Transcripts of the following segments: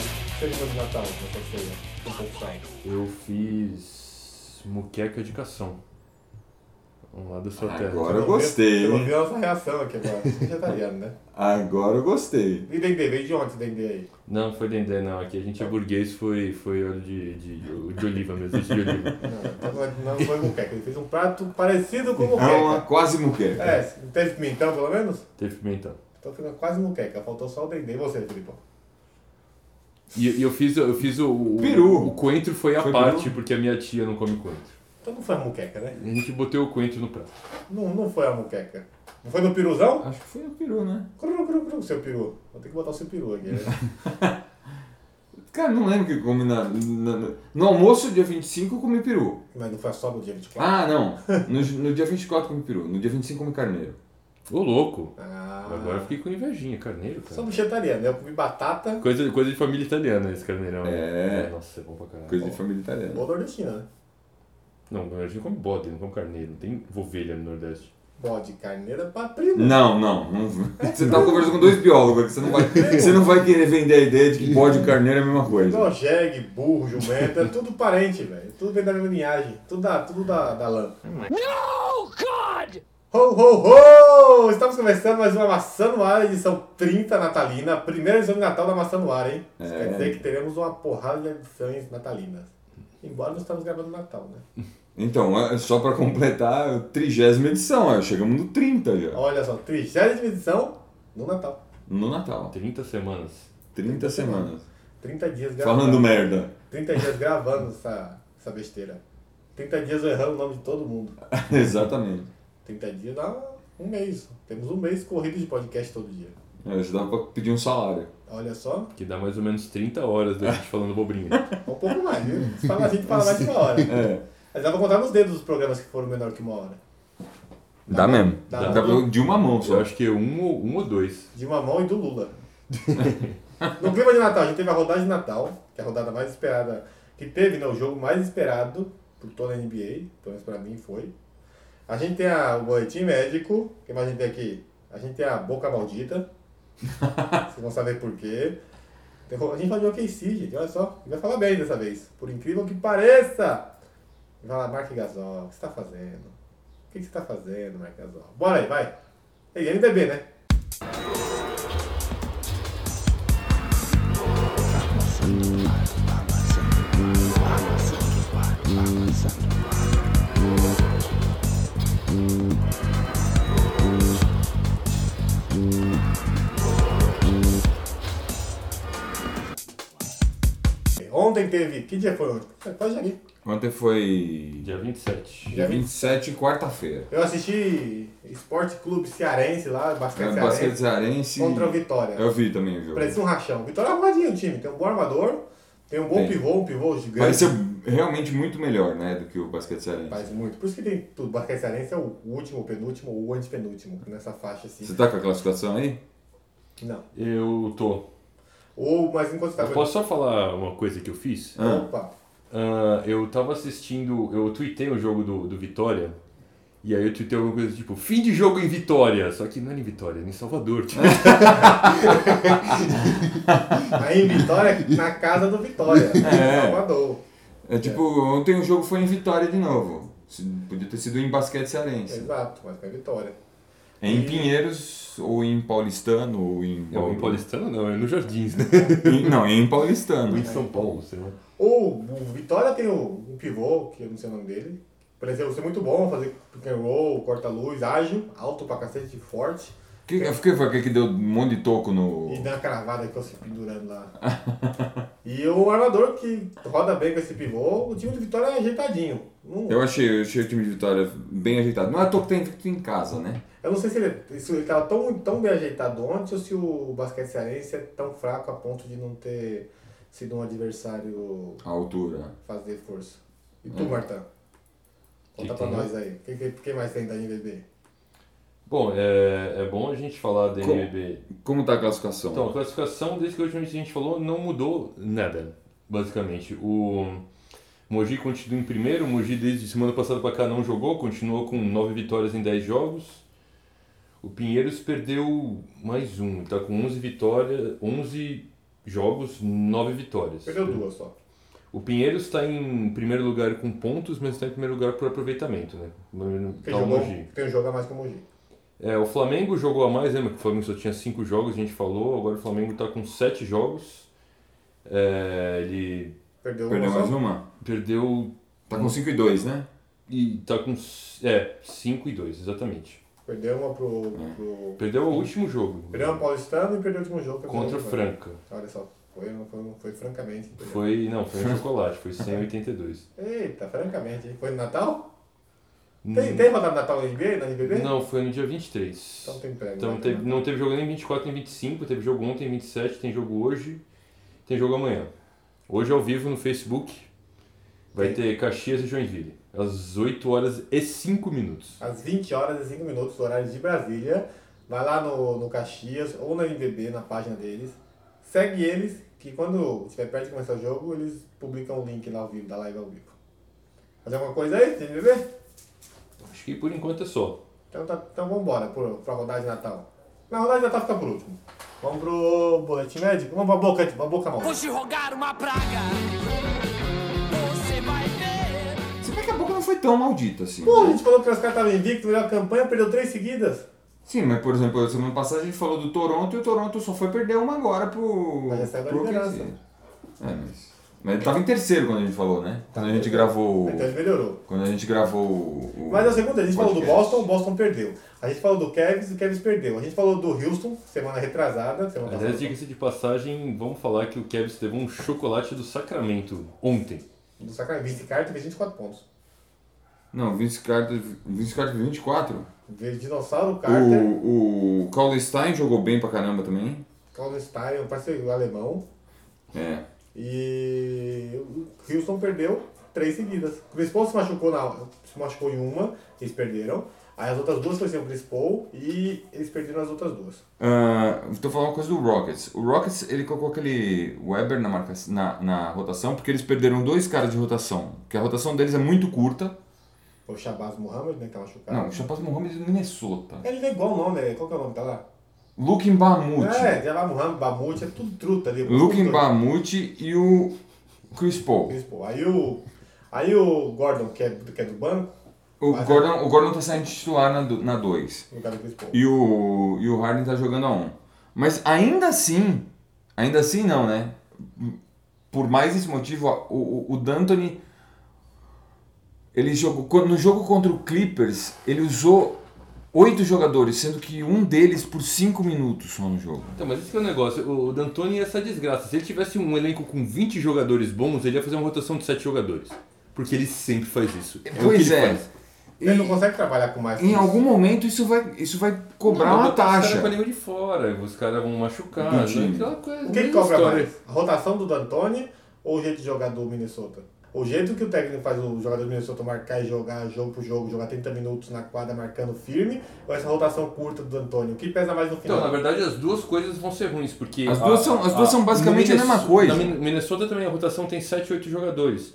fez de Natal nessa ceia? Composição. Eu fiz muqueca de cação. Um lado da sua terra. Eu Agora eu ouvi- gostei, Eu hein? ouvi a nossa reação aqui agora. Vegetariano, né? Agora eu gostei. E Dendê, veio de onde esse Dendê aí? Não, foi dendê, não. Aqui a gente é burguês, foi, foi óleo de, de, de oliva mesmo, azeite de oliva. Não, não foi muqueca. Ele fez um prato parecido com É uma muqueca. quase muqueca. É, teve pimentão pelo menos? Teve pimentão. Então fica quase muqueca. Faltou só o Dendê. E você, Filipão? E, e eu fiz, eu fiz o, o. Peru. O coentro foi à Foi parte, peru? porque a minha tia não come coentro. Então não foi a muqueca, né? A gente botou o coentro no prato. Não, não foi a muqueca. Não foi no piruzão? Acho que foi o peru, né? Cru, cru, cru, seu peru. Vou ter que botar o seu peru aqui, né? Cara, não lembro que eu comi na, na- na- No almoço, dia 25, eu comi peru. Mas não foi só no dia 24. Ah, não. No, no dia 24 eu comi peru. No dia 25 eu comi carneiro. Ô, louco! Ah, Agora eu fiquei com invejinha, carneiro, cara. Sou vegetariano, né? Eu comi batata Coisa, coisa de família italiana esse carneirão. É. Nossa, é bom pra caralho. Coisa de família italiana. ou nordestina, né? Não, a gente come bode, não come carneiro, não tem ovelha no Nordeste. Bode, carneira, paprina. Não, não, não. Você tá conversando com dois biólogos aqui. Você não vai, você não vai querer vender a ideia de que bode e carneiro é a mesma coisa. Nojegue, burro, jumento, é tudo parente, velho. Tudo vem da mesma linhagem. Tudo da, tudo da, da lã. No, God! Ho, ho, ho! Estamos começando mais uma Maçã no Ar, edição 30 natalina. Primeira edição de Natal da Maçã no Ar, hein? É. Isso quer dizer que teremos uma porrada de edições natalinas. Embora não estamos gravando Natal, né? Então, é só pra completar, a trigésima edição. ó, Chegamos no 30 já. Olha só, 30 edição no Natal. No Natal. 30 semanas. 30 semanas. 30 dias gravando. Falando merda. 30 dias gravando essa, essa besteira. 30 dias eu errando o nome de todo mundo. Exatamente. 30 dias dá um mês. Temos um mês corrido de podcast todo dia. É, Isso dá pra pedir um salário. Olha só, Que dá mais ou menos 30 horas da gente falando bobrinha. é um pouco mais, viu? Se fala, a gente fala mais de uma hora. É. Mas dá pra contar nos dedos os programas que foram menor que uma hora. Dá mesmo. Dá. Dá, pra- de uma mão Eu só. acho que é um, ou- um ou dois. De mamão e do Lula. no clima de Natal, a gente teve a rodada de Natal, que é a rodada mais esperada, que teve, né? O jogo mais esperado por toda a NBA, pelo menos pra mim foi. A gente tem a, o boletim médico, o que mais a gente tem aqui? A gente tem a boca maldita. Vocês vão saber por quê. Tem- A gente falou de OKC, gente, olha só. E vai falar bem dessa vez, por incrível que pareça. Vai falar, Mark Gasol, o que você tá fazendo? O que que você tá fazendo, Mark Gasol? Bora aí, vai. Ei, MDB, né? Ontem teve. Que dia foi ontem? É, Quase aqui. Ontem foi Dia 27. dia 27, quarta-feira. Eu assisti Esporte Clube Cearense lá, basquete É, cearense, basquete cearense. contra o Vitória. Eu vi também, viu? Parecia um rachão. Vitória é arrumadinho o time, tem um bom armador, tem um bom Tem. pivô, um pivô gigante. Pareceu realmente muito melhor, né, do que o basquete cearense. Faz muito. Por isso que tem tudo. Basquete Cearense é o último, o penúltimo ou o antepenúltimo nessa faixa assim. Você tá com a classificação aí? Não. Eu tô. Ou, mas enquanto tá. Eu posso só falar uma coisa que eu fiz? Ah, Opa! Ah, eu tava assistindo, eu tuitei o jogo do, do Vitória. E aí eu tuitei alguma coisa tipo, fim de jogo em Vitória. Só que não era em Vitória, era em Salvador. Tipo, Aí em Vitória, na casa do Vitória, É. em Salvador. é tipo, ontem o jogo foi em Vitória de novo. Se- Podia ter sido em basquete cearense. Exato, mas foi Vitória. É em Pinheiros, ou em Paulistano, ou É, em. não, em Paulistano não, é no Jardins, né? Em- Não, é em Paulistano. Em São Paulo, sei lá. Ou o Vitória tem o- um pivô, que eu não sei o nome dele. Pareceu ser é muito bom, fazer pick and roll, corta-luz, ágil, alto pra cacete, forte. Que, que foi aquele que deu um monte de toco no. E dá uma cravada que eu se pendurando lá. e o armador que roda bem com esse pivô, o time do Vitória é ajeitadinho. Não- eu... Eu achei, eu achei o time de Vitória bem ajeitado. Não é à toa que tem invicto em casa, né? não sei se ele, se ele tava tão, tão bem ajeitado ontem ou se o basquete cearense é tão fraco a ponto de não ter sido um adversário A altura. fazer força. E tu, Martão? Conta É. Que é? pra tem? nós aí. O que, que, que mais tem da NBB? Bom, é, é bom a gente falar da Como- NBB. Como tá a classificação? Então, a classificação, desde que a última vez que a gente falou, não mudou nada, basicamente. O Mogi continua em primeiro, o Mogi desde semana passada para cá não jogou, continuou com nove vitórias em 10 jogos. tá O Pinheiros perdeu mais um, está com 11 vitórias, 11 jogos, nove vitórias. Perdeu duas só. O Pinheiros está em primeiro lugar com pontos, mas está em primeiro lugar por aproveitamento, né? No- no- Porque tá o jogou, Mogi. tem um jogo a mais que o Mogi. É, o Flamengo jogou a mais, lembra que o Flamengo só tinha cinco jogos, a gente falou, agora o Flamengo está com sete jogos. É, ele Perdeu, Perdeu uma mais só. uma? perdeu Tá com 5 e 2, né? e tá com c- é, 5 e 2, exatamente. Perdeu uma pro, É. pro- Perdeu o último jogo Perdeu uma paulistana e perdeu o último jogo. que contra o foi- Franca. Olha só, foi, foi, foi francamente. entendeu? Foi, não, foi um chocolate, foi 182. Eita, francamente. hein? Foi no Natal? Tem, Hum, tem rodada Natal na NBA? Na NBB? Não, foi no dia 23. Então tem prêmio. Então né? teve- não teve jogo nem 24 nem 25, teve jogo ontem 27, tem jogo hoje, tem jogo amanhã. Hoje ao vivo no Facebook vai Sim. ter Caxias e Joinville, às 8 horas e 5 minutos. Às 20 horas e 5 minutos, horário de Brasília. Vai lá no, no Caxias ou na NBB, na página deles. Segue eles, que quando estiver perto de começar o jogo, eles publicam o link lá ao vivo, da live ao vivo. Fazer alguma coisa aí, NBB? Acho que por enquanto é só. Então, tá, então vambora pro, pra rodada de Natal. Na rodada de Natal fica por último. Vamos pro boletim médico? Vamos pra boca, pra boca mal. Vou te rogar uma praga. Você vai ver. Se bem que a boca não foi tão maldita assim. Pô, a né? gente falou que os caras estavam invictos, melhor campanha, perdeu três seguidas. Sim, mas por exemplo, semana passada a gente falou do Toronto e o Toronto só foi perder uma agora pro. Mas já saiu da pro liderança. OKC. É, mas. Mas ele tava em terceiro quando a gente falou, né? Tá. Quando a gente gravou. Então ele melhorou. Quando a gente gravou o. o- Mas é- na segunda, a gente falou do podcast. Boston, o Boston perdeu. A gente falou do Cavs, o Cavs perdeu. A gente falou do Houston, semana retrasada, semana Aliás, é passada, diga-se de passagem, vamos falar que o Kevs teve um chocolate do Sacramento ontem. do Sacramento. Vince Carter fez 24 pontos. Não, Vince Carter, Vince Carter 24. Veio Dinossauro Carter, O, o Carl Stein jogou bem pra caramba também. Calvin Stein, um parceiro alemão. É. E o Houston perdeu três seguidas. O Chris Paul se machucou, na, se machucou em uma, eles perderam. Aí as outras duas foi sem o Chris Paul e eles perderam as outras duas. Ah, tô falando uma coisa do Rockets. O Rockets ele colocou aquele Weber na, marca, na, na rotação porque eles perderam dois caras de rotação. Porque a rotação deles é muito curta. Foi o Shabazz Muhammad, né, que tá machucado. Não, o Chapaz Mohamed é do Minnesota. Ele é igual o nome, né? Qual que é o nome que tá lá? Luke Mbamute. É, de lá Muhammad, Bamute, é tudo truta ali. Luke Tudo truta. Mbamute e o Chris Paul. Chris Paul. Aí o, aí o Gordon, que é, que é do banco, O Mas- é. Gordon, o Gordon tá saindo titular na 2. Na dois. no caso do Chris Paul. e o, e o Harden tá jogando a 1. Mas ainda assim, ainda assim não, né? Por mais esse motivo, a- o, o, o D'Antoni, ele jogou, quando- no jogo contra o Clippers, ele usou oito jogadores, sendo que um deles por cinco minutos só no jogo. Então, mas esse que é o negócio, o o D'Antoni é essa desgraça. Se ele tivesse um elenco com 20 jogadores bons, ele ia fazer uma rotação de 7 jogadores. Porque ele sempre faz isso. É o que pois ele é. faz. Ele não consegue trabalhar com mais que Em isso. algum momento isso vai, isso vai cobrar uma botar os taxa. caras com a língua de fora, os caras vão machucar, Do né? time. aquela coisa. O que, que mesma cobra história. mais? A rotação do D'Antoni ou o jeito de jogar do Minnesota? O jeito que o técnico faz o jogador do Minnesota marcar e jogar jogo por jogo, jogar 30 minutos na quadra marcando firme, ou essa rotação curta do D'Antoni? O que pesa mais no final? Então, na verdade, as duas coisas vão ser ruins, porque. As duas são- as duas são basicamente a no Minnes- mesma coisa. Na Min- Minnesota também a rotação tem 7, 8 jogadores.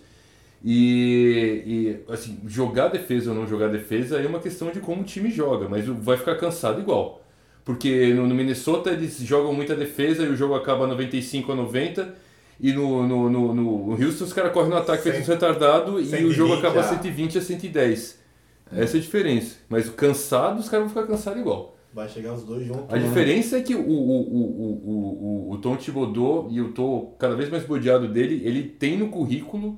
E, e, assim, jogar defesa ou não jogar defesa é uma questão de como o time joga, mas o- vai ficar cansado igual. Porque no, no Minnesota eles jogam muita defesa e o jogo acaba 95 a 90. E no, no, no, no Houston os caras correm no ataque Cem- feito uns retardado e o jogo 120 acaba a- 120 a 110. Essa é a diferença. Mas o cansado, os caras vão ficar cansados igual. Vai chegar os dois juntos. A diferença é que o, o, o, o, o, o Tom Thibodeau, e eu tô cada vez mais bodeado dele, ele tem no currículo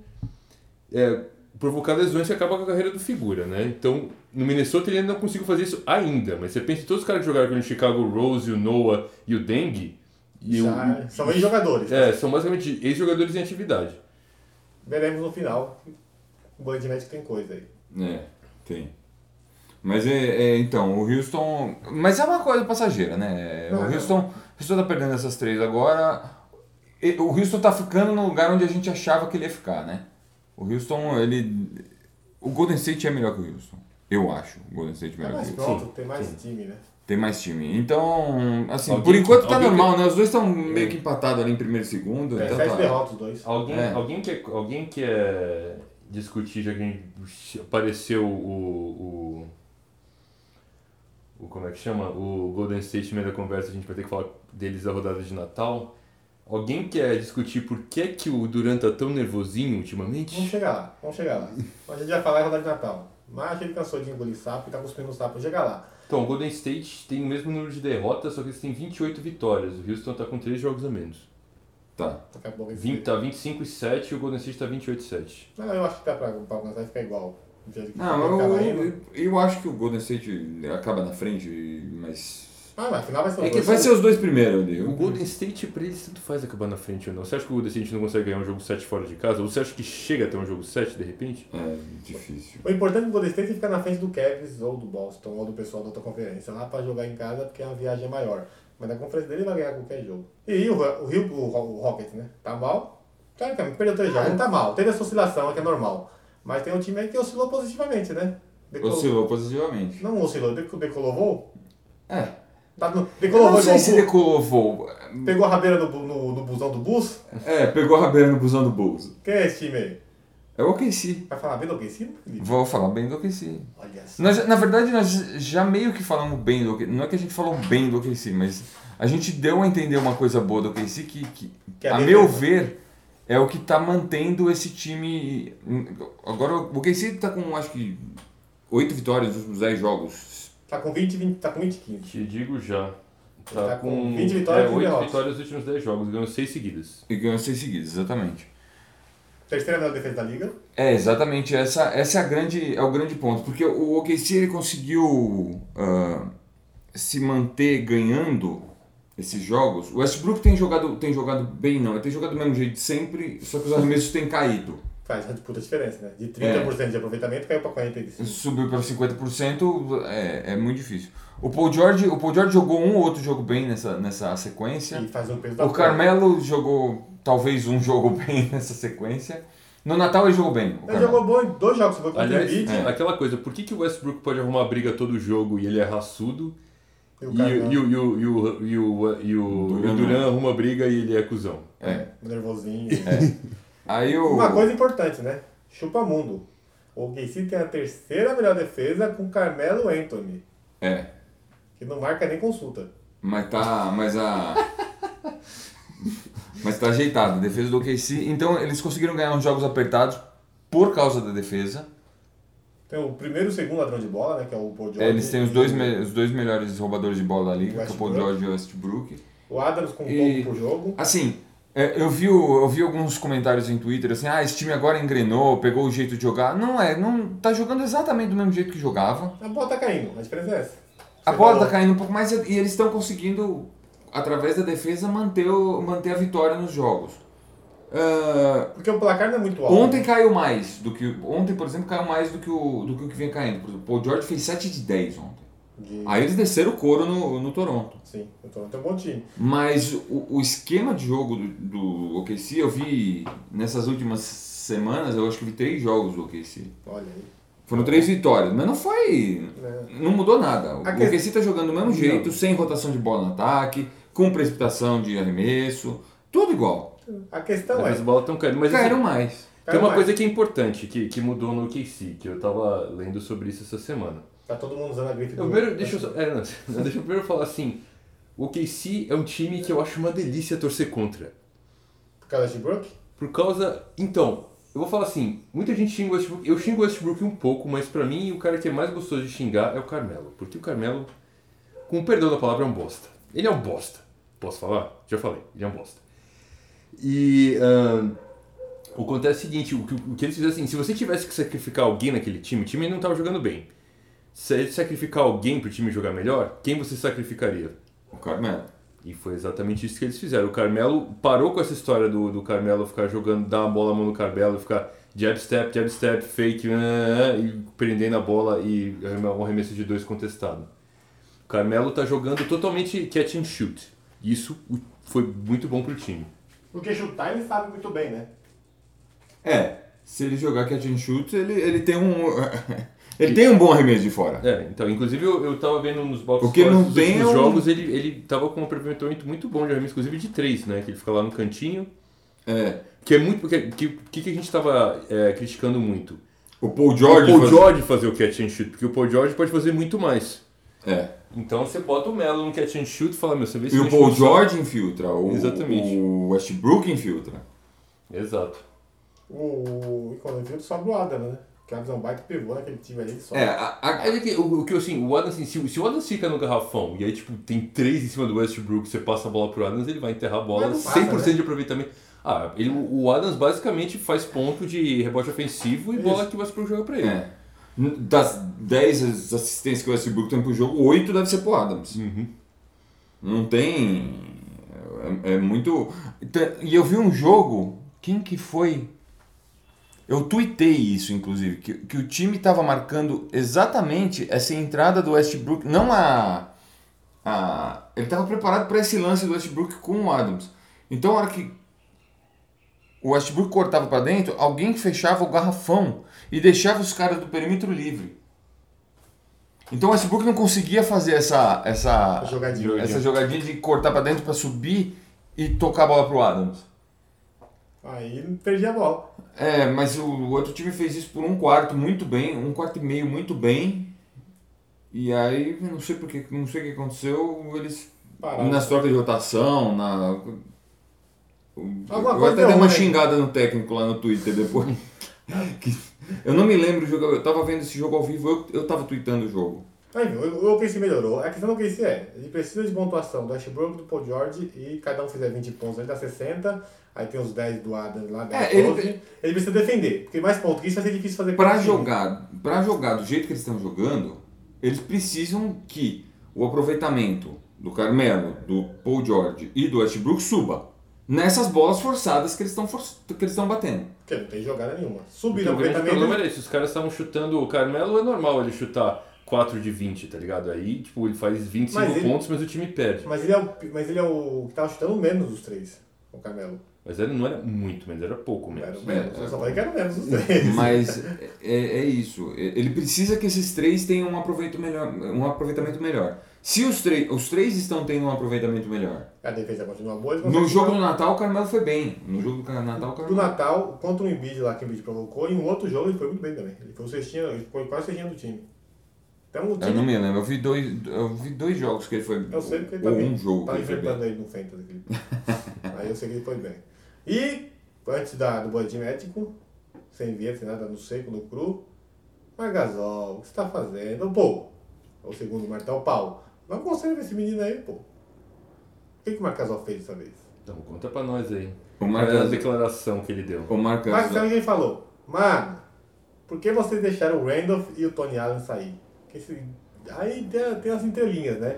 é, provocar lesões que acabam com a carreira do figura, né? Então, no Minnesota ele ainda não conseguiu fazer isso ainda, mas você pensa em todos os caras que jogaram com o Chicago, o Rose, o Noah e o Dengue, e Já, o, São bem jogadores. é, são basicamente ex-jogadores em atividade. Veremos no final. Um O Band Magic tem coisa aí. É, tem. Mas é, é, então, o Houston. Mas é uma coisa passageira, né? Não, é. o não. Houston, Houston tá perdendo essas três agora. E- O Houston tá ficando no lugar onde a gente achava que ele ia ficar, né? O Houston, ele. O Golden State é melhor que o Houston. Eu acho. O Golden State é melhor Mas que o Houston. pronto, tem Tá mais time, né? Tem mais time. Então, assim, Alguém por que- enquanto tá alguém que- É. normal, né? Os dois estão meio que empatados ali em primeiro e segundo. É, então sete tá. derrotas os dois. Alguém, É. alguém, quer, alguém quer discutir, já que a gente- apareceu o, o, o. Como é que chama? O Golden State no meio da conversa, a gente vai ter que falar deles da rodada de Natal. Alguém quer discutir por que, que o Durant tá tão nervosinho Vamos ultimamente? chegar lá, vamos chegar lá. A gente vai falar em rodada de Natal. Mas acho que ele cansou de engolir sapo e tá cuspindo sapo. Chega lá. Então, o Golden State tem o mesmo número de derrotas, só que eles têm 28 vitórias. O Houston tá com 3 jogos a menos. Tá. Acabou 20, tá 25 e 7 e o Golden State tá 28 e 7. Não, eu acho que dá pra, pra alcançar e ficar igual. Do jeito que Não, tá eu, caindo. eu, eu acho que o Golden State acaba na frente, mas. Ah, mas afinal vai ser É os que dois. vai ser os dois primeiros ali. O Golden State, pra eles, tanto faz acabar na frente ou não. Você acha que o Golden State não consegue ganhar um jogo 7 fora de casa? Ou você acha que chega até um jogo 7 de repente? É difícil. O importante do Golden State é ficar na frente do Cavs ou do Boston ou do pessoal da outra conferência lá pra jogar em casa porque é uma viagem maior. Mas na conferência dele ele vai ganhar qualquer jogo. E o, Ro- o, Rio, o, Ro- o Rocket, né? Tá mal? Teoricamente, perdeu três Ah, jogos. Não tá mal. Teve essa oscilação, é que é normal. Mas tem um time aí que oscilou positivamente, né? Decolou- Oscilou positivamente. Não oscilou, deco- decolou voo? É. Tá no, Eu decolou não voo sei igual se o Bu- decolou voo. Pegou a rabeira no, bu- no, no busão do bus? É, pegou a rabeira no busão do Bulls. Quem é esse time aí? É o OKC. Vai falar bem do Alquecino, Felipe? Vou falar bem do OKC. Olha só. Nós, na verdade, nós já meio que falamos bem do OKC. Não é que a gente falou bem do OKC, mas a gente deu a entender uma coisa boa do OKC que, que, Que é a a meu defesa. ver, é o que está mantendo esse time. Agora, o OKC está com, acho que, oito vitórias nos últimos 10 jogos. Tá com 20, 20, tá com 20 15. Te digo já. Tá, Tá com com, 20 vitórias, é, 20 8 derrotas. vitórias nos últimos 10 jogos, ganhou 6 seguidas. E ganhou seis seguidas, exatamente. Terceira melhor defesa da liga. É, exatamente, essa, essa é, a grande, é o grande ponto, porque o OKC ele conseguiu ah, se manter ganhando esses jogos. O Westbrook tem jogado, tem jogado bem, não, ele tem jogado do mesmo jeito de sempre, só que os arremessos têm caído. Faz uma puta diferença, né? De É. 30% de aproveitamento caiu pra 45%. Subiu para 50%, é, é muito difícil. O Paul George, o Paul George jogou um ou outro jogo bem nessa, nessa sequência. E faz o peso da O porra. Carmelo jogou talvez um jogo bem nessa sequência. No Natal ele jogou bem. o Ele Carmelo. jogou bom em dois jogos, foi contra Aliás, o Embiid é. aquela coisa, por que, que o Westbrook pode arrumar briga todo jogo e ele é raçudo? e E o o- Carmelo. e o- e o- e o- e o- e o Duran. e o Duran arruma briga e ele é cuzão. É, nervosinho. É. Aí o... Uma coisa importante, né? Chupa mundo. O Gacy tem a terceira melhor defesa com Carmelo Anthony, É. que não marca nem consulta. Mas tá. Mas a. mas tá ajeitado. A defesa do OKC. Então eles conseguiram ganhar uns jogos apertados por causa da defesa. Tem o primeiro e o segundo ladrão de bola, né? Que é o Paul George. É, eles têm os dois, me- os dois melhores roubadores de bola da liga, que é o Paul Westbrook. George e o Westbrook. O Adams com um E- ponto por jogo. Assim, é, eu vi, o- eu vi alguns comentários em Twitter assim, ah, esse time agora engrenou, pegou o jeito de jogar. Não é, não tá jogando exatamente do mesmo jeito que jogava. A bola tá caindo, a diferença é essa. A Você bola tá falou. caindo um pouco mais e eles estão conseguindo, através da defesa, manter, o- manter a vitória nos jogos. Ah, Porque o placar não é muito alto. Ontem caiu mais do que. Ontem, por exemplo, caiu mais do que o, do que, o que vinha caindo. Por exemplo, o Paul George fez 7 de 10 ontem. De- Aí eles desceram o couro no, no Toronto. Sim, o Toronto é um bom time. Mas o, o esquema de jogo do, do OKC, eu vi nessas últimas semanas, eu acho que eu vi três jogos do OKC. Olha aí. Foram três vitórias, mas não foi. né? Não mudou nada. O A que- OKC tá jogando do mesmo jeito, sem rotação de bola no ataque, com precipitação de arremesso, tudo igual. A questão é, As bolas estão caindo, mas assim, Caíram mais. tem Caiu uma mais. coisa que é importante, que, que mudou no OKC, que eu tava lendo sobre isso essa semana. tá todo mundo usando a grife do... Eu primeiro, deixa eu só, é, não, não, deixa eu primeiro falar assim, o OKC é um time que eu acho uma delícia torcer contra. Por causa do Westbrook? Por causa. Então, eu vou falar assim: muita gente xinga o Westbrook. Eu xingo o Westbrook um pouco, mas pra mim o cara que é mais gostoso de xingar é o Carmelo. Porque o Carmelo, com o perdão da palavra, é um bosta. Ele é um bosta. Posso falar? Já falei, ele é um bosta. E. ahn, o que acontece é o seguinte: o que, o que eles fizeram assim, se você tivesse que sacrificar alguém naquele time, o time não tava jogando bem. Se ele sacrificar alguém pro time jogar melhor, quem você sacrificaria? O Carmelo. E foi exatamente isso que eles fizeram. O Carmelo parou com essa história do, do Carmelo ficar jogando, dar a bola a mão no Carmelo, ficar jab step, jab step, fake, ah, ah, ah, e prendendo a bola e arreme- um arremesso de dois contestado. O Carmelo tá jogando totalmente catch and shoot. Isso o- foi muito bom pro time. Porque chutar ele sabe muito bem, né? É, se ele jogar catch and shoot, ele, ele tem um. ele tem um bom arremesso de fora. É, então, inclusive eu, eu tava vendo nos box O que scores não dos tem é últimos um- jogos, ele, ele tava com um aproveitamento muito bom de arremesso, inclusive de três, né? Que ele fica lá no cantinho. É. Que é muito. Porque que, que, que a gente tava é, criticando muito? O Paul George. o Paul faz- George fazer o catch and shoot, porque o Paul George pode fazer muito mais. É. Então você bota o Melo no catch and shoot e fala, meu, você vê se E o não Paul chuta. George infiltra, o, Exatamente. o Westbrook infiltra. Exato. O Econofildo sobe do Adam, né? Que é um baita pivô naquele time ali que sobe. É, a- a- Mas é que o, o que assim, o Adams, assim, se, o- se o Adams fica no garrafão e aí tipo tem três em cima do Westbrook, você passa a bola pro Adams, ele vai enterrar a bola, Mas não passa, 100% de aproveitamento. Ah, ele, o Adams basicamente faz ponto de rebote ofensivo e bola que o Westbrook joga pra ele. é. Das 10 assistências que o Westbrook tem pro jogo, 8 deve ser pro Adams. Não tem. É, é muito. Te- E eu vi um jogo. Quem que foi? Eu tuitei isso, inclusive, que, que o time estava marcando exatamente essa entrada do Westbrook, não a. a Ah, ele estava preparado para esse lance do Westbrook com o Adams. Então, a hora que o Westbrook cortava para dentro, alguém fechava o garrafão e deixava os caras do perímetro livre. Então, o Westbrook não conseguia fazer essa. essa A jogadinha. essa jogadinha de cortar pra dentro pra subir e tocar a bola pro Adams. Aí perdi a bola. É, mas o, o outro time fez isso por um quarto muito bem, um quarto e meio muito bem. E aí, eu não sei porque, não sei o que aconteceu, eles Pararam. nas trocas de rotação, na o- Alguma eu coisa até deu dei uma ruim. xingada no técnico lá no Twitter depois. Que- eu não me lembro o jogo, eu tava vendo esse jogo ao vivo, eu, eu tava tweetando o jogo. Aí, enfim, o OKC melhorou. A questão do OKC é, ele precisa de pontuação do Westbrook, do Paul George e cada um fizer 20 pontos, ele dá 60, aí tem os 10 do Adam lá, 10 É, ele- pontos. Ele... precisa defender, porque mais pontos que isso vai ser difícil fazer Pra pro time. jogar, pra jogar do jeito que eles estão jogando, eles precisam que o aproveitamento do Carmelo, do Paul George e do Westbrook suba nessas bolas forçadas que eles estão forç- que eles estão batendo. Porque não tem jogada nenhuma. Subir Então, no o grande problema aproveitamento. era isso, os caras estavam chutando, o Carmelo é normal ele chutar 4 de 20, tá ligado? Aí, tipo, ele faz 25 Mas ele- pontos, mas o time perde. Mas ele, é o, mas ele é o que tava chutando menos os três, o Camelo. Mas ele não era muito menos, era pouco Era o menos. menos. é. Eu só falei que era o menos os três. Mas é, é isso. E- Ele precisa que esses três tenham um aproveitamento melhor. Um aproveitamento melhor. Se os, três os três estão tendo um aproveitamento melhor. A defesa continua boa. eles No conseguem jogo do Natal, o Carmelo foi bem. No jogo do Natal, o do Carmelo. Natal, contra o Embiid lá que o Embiid provocou, e um outro jogo ele foi muito bem também. Ele foi o cestinha, ele foi quase cestinha do time. Então o Eu não time. me lembro. Eu vi dois, eu vi dois jogos que ele foi. Eu, sei porque ele tá ou bem. um jogo que Tava ele foi bem. enfrentando ele no Fantasy. aquele- Aí eu sei que ele foi bem. E antes da, do boletim médico, sem ver, sem nada, no seco, no cru, Margasol, o que você tá fazendo? Pô, ou segundo o Martão Paulo, não conserva esse menino aí, pô. O que, que o Margasol fez dessa vez? Então conta pra nós aí. O Qual era a Marcas, declaração que ele deu? o Marcas, tá Mas sabe quem falou? Mano, por que vocês deixaram o Randolph e o Tony Allen sair? Porque esse- Aí tem, tem as entrelinhas, né?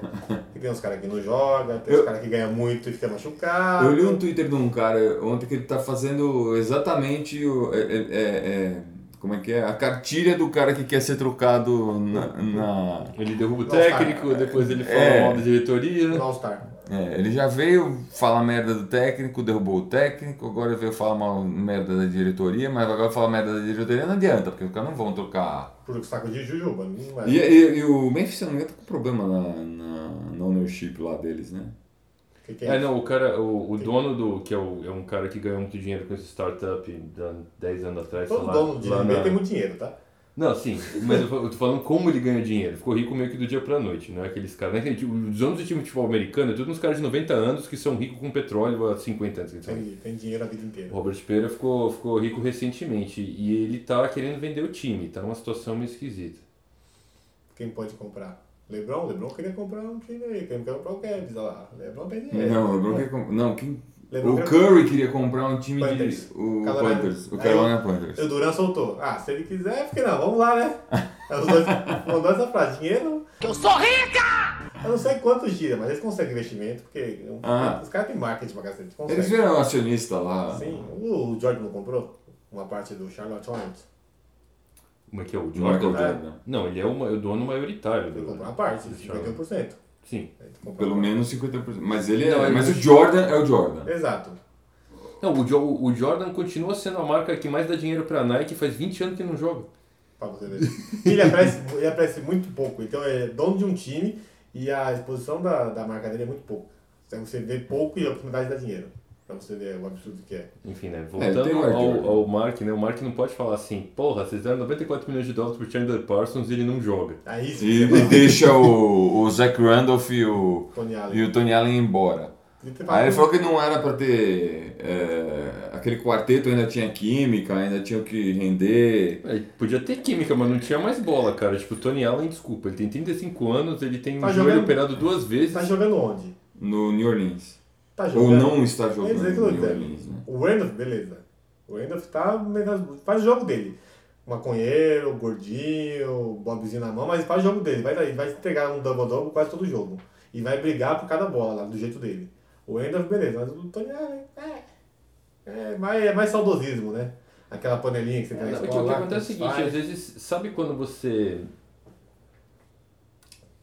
Que tem uns caras que não jogam, tem Eu- uns caras que ganham muito e fica machucado. Eu li um Twitter de um cara ontem que ele tá fazendo exatamente o. É, é- é- é- como é que é? A cartilha do cara que quer ser trocado na. na- Ele derruba o Nossa, técnico, depois ele fala é. mal da diretoria. no All-Star. É, ele já veio falar merda do técnico, derrubou o técnico, agora veio falar mal, merda da diretoria, mas agora falar merda da diretoria não adianta, porque os caras não vão trocar. Por saco de Jujuba, não é? E, e- e o Memphis, se eu não me engano, tá com problema na, na, na ownership lá deles, né? Que que é É, isso? não, o cara, o, o dono do, que é, o- é um cara que ganhou muito dinheiro com esse startup da- 10 anos atrás, sei Todo lá. é. dono de lá NBA na- tem muito dinheiro, tá? Não, sim, mas eu fa- eu tô falando como ele ganha dinheiro. Ficou rico meio que do dia pra noite, não é aqueles caras. Né? que, tipo, Os donos do time de futebol americano, é tudo uns caras de 90 anos que são ricos com petróleo há 50 anos. que eles são Tem, tem dinheiro a vida inteira. O Robert Pereira ficou, ficou rico recentemente e ele tá querendo vender o time, tá numa situação meio esquisita. Quem pode comprar? Lebron? Lebron queria comprar um time aí. Quem quer comprar o Cavs, olha lá. Lebron tem dinheiro. Não, o LeBron quer comp- Não, quem. LeBron o quer- Curry queria comprar um time Panthers. de. O Carolina. Panthers. O Aí Carolina eu- Panthers. E o Duran soltou. Ah, se ele quiser, porque não, vamos lá, né? Aí Os dois mandou essa frase. Dinheiro, Que eu sou rica! eu não sei quanto gira, mas eles conseguem investimento, porque um, Ah. os caras têm marketing pra cacete. Eles Conseguem. viram acionista lá. Sim, o Jordan não comprou uma parte do Charlotte Hornets. Como é que é o Do Michael Jordan? né? Jordan. Não, ele é o, ma- o dono maioritário. Ele do- comprou uma parte, do 51%. Sim. Ele comprou Pelo uma menos 50%. Mas ele Não, é. ele Mas o não- Jordan é o Jordan. parte. Exato. Não, o, Jo- o Jordan continua sendo a marca que mais dá dinheiro pra Nike faz 20 anos que não joga. Pra você ver. Ele aparece, ele aparece muito pouco. Então ele é dono de um time e a exposição da, da marca dele é muito pouco. Então você vê pouco e a oportunidade dá dinheiro. Pra você ver o absurdo que é. Enfim, né? É, Voltando tem Mark ao, Jordan. ao Mark, né? O Mark não pode falar assim, porra, vocês deram 94 milhões de dólares pro Chandler Parsons e ele não joga. Aí sim. né? E, e deixa o, o Zach Randolph e o, Tony Allen. e o Tony Allen embora. Ele tem Aí ele falado- falou que não era pra ter. é, aquele quarteto ainda tinha química, ainda tinha o que render. É, podia ter química, mas não tinha mais bola, cara. Tipo, o Tony Allen, desculpa, ele tem 35 anos, ele tem Tá um joelho jogando- operado duas vezes. Tá jogando onde? no New Orleans. Tá Ou jogando. não está Eles jogando no reclamam New dele. Orleans, né? O Randolph, beleza. O Randolph tá, faz o jogo dele. Maconheiro, gordinho, bobzinho na mão, mas faz o jogo dele. Vai daí, vai entregar um double-double quase todo jogo. E vai brigar por cada bola lá, do jeito dele. O Randolph, beleza, mas o Tony Allen, é. É mais, é mais saudosismo, né? Aquela panelinha que você tem na Não, é que escola o que lá, acontece é o que seguinte, faz. às vezes, sabe quando você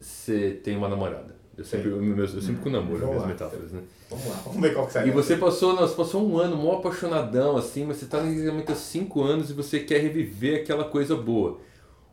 você tem uma namorada? Eu sempre, eu, meus- eu sempre com namoro, Vamos minhas lá. metáforas, né? Vamos lá, vamos ver qual que sai. E dessa. você passou, não, você passou um ano mó apaixonadão, assim, mas você tá no relacionamento há cinco anos e você quer reviver aquela coisa boa.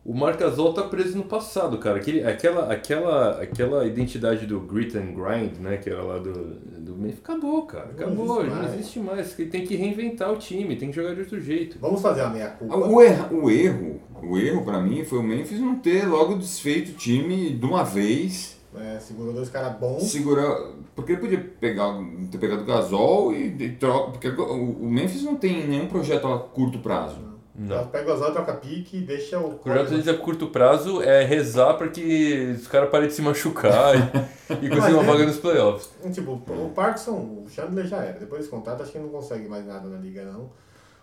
O Marc Gasol tá preso no passado, cara. Aquele, aquela, aquela, aquela identidade do grit and grind, né? Que era lá do, do... meio, Acabou, cara. Acabou. existe Não mais. existe mais. Tem que reinventar o time. Tem que jogar de outro jeito. Vamos fazer a meia-culpa. Ah, O erro, o erro, o erro pra mim foi o Memphis não ter logo desfeito o time de uma vez, É, segurou dois caras Hum? bons. segurar, porque ele podia pegar, ter pegado o Gasol e, e troca, porque o o Memphis não tem nenhum projeto a curto prazo. Ela Pega o Azar, troca pique e deixa o. O projeto deles a curto prazo é rezar para que os caras parem de se machucar e, e consigam uma Mas é- vaga nos playoffs. Tipo, o Parkinson, o Chandler já era. Depois desse contrato, acho que ele não consegue mais nada na liga, não.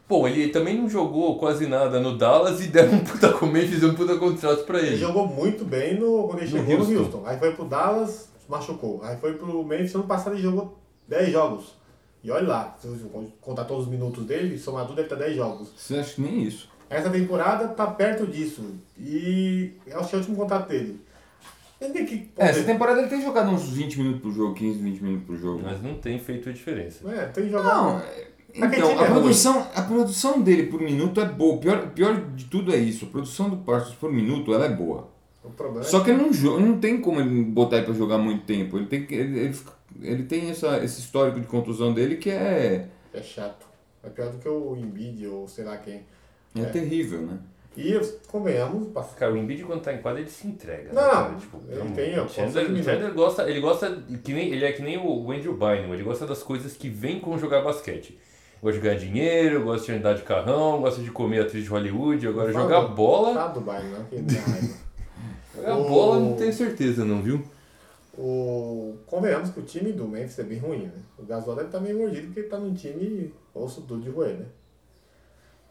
Bom, ele também não jogou quase nada no Dallas e deram um puta comer e fizeram um puta contrato pra Ele ele. jogou muito bem no, quando ele No chegou no Houston. Houston. Aí foi pro Dallas, machucou. Aí foi pro Memphis, ano passado ele jogou 10 jogos. E olha lá, se você contar todos os minutos dele, somar tudo deve estar 10 jogos. Você acha que nem isso? Essa temporada tá perto disso. E acho que é o último contrato dele. Ele tem que. É, essa temporada ele tem jogado uns 20 minutos pro jogo, 15, 20 minutos pro jogo. Mas não tem feito a diferença. É, tem que jogar. Não, é- então, time é a ruim. produção, a produção dele por minuto é boa. O Pior, pior de tudo é isso, a produção do Parsons por minuto ela é boa. O problema Só que ele não, jo- não tem como ele botar ele pra jogar muito tempo. Ele tem, que- ele, ele, fica- ele tem essa, esse histórico de contusão dele que é, é chato. É pior do que o Embiid ou sei lá quem. é, terrível, né? E convenhamos, passa Cara, o Embiid quando tá em quadra ele se entrega. Não, cara? não. Ele tá tem, muito- ó, o Chandler, consegue o Chandler gosta, ele gosta, que nem, ele é que nem o Andrew Bynum, ele gosta das coisas que vem com jogar basquete. Gosta de ganhar dinheiro, gosta de andar de carrão, gosta de comer atriz de Hollywood, agora Fala, jogar bola... Tá Dubai, né? Que dá raiva. A O- bola não tenho certeza, não, viu? o... Convenhamos que o time do Memphis é bem ruim, né? O Gasol deve estar meio mordido porque ele tá num time osso duro de roer, né?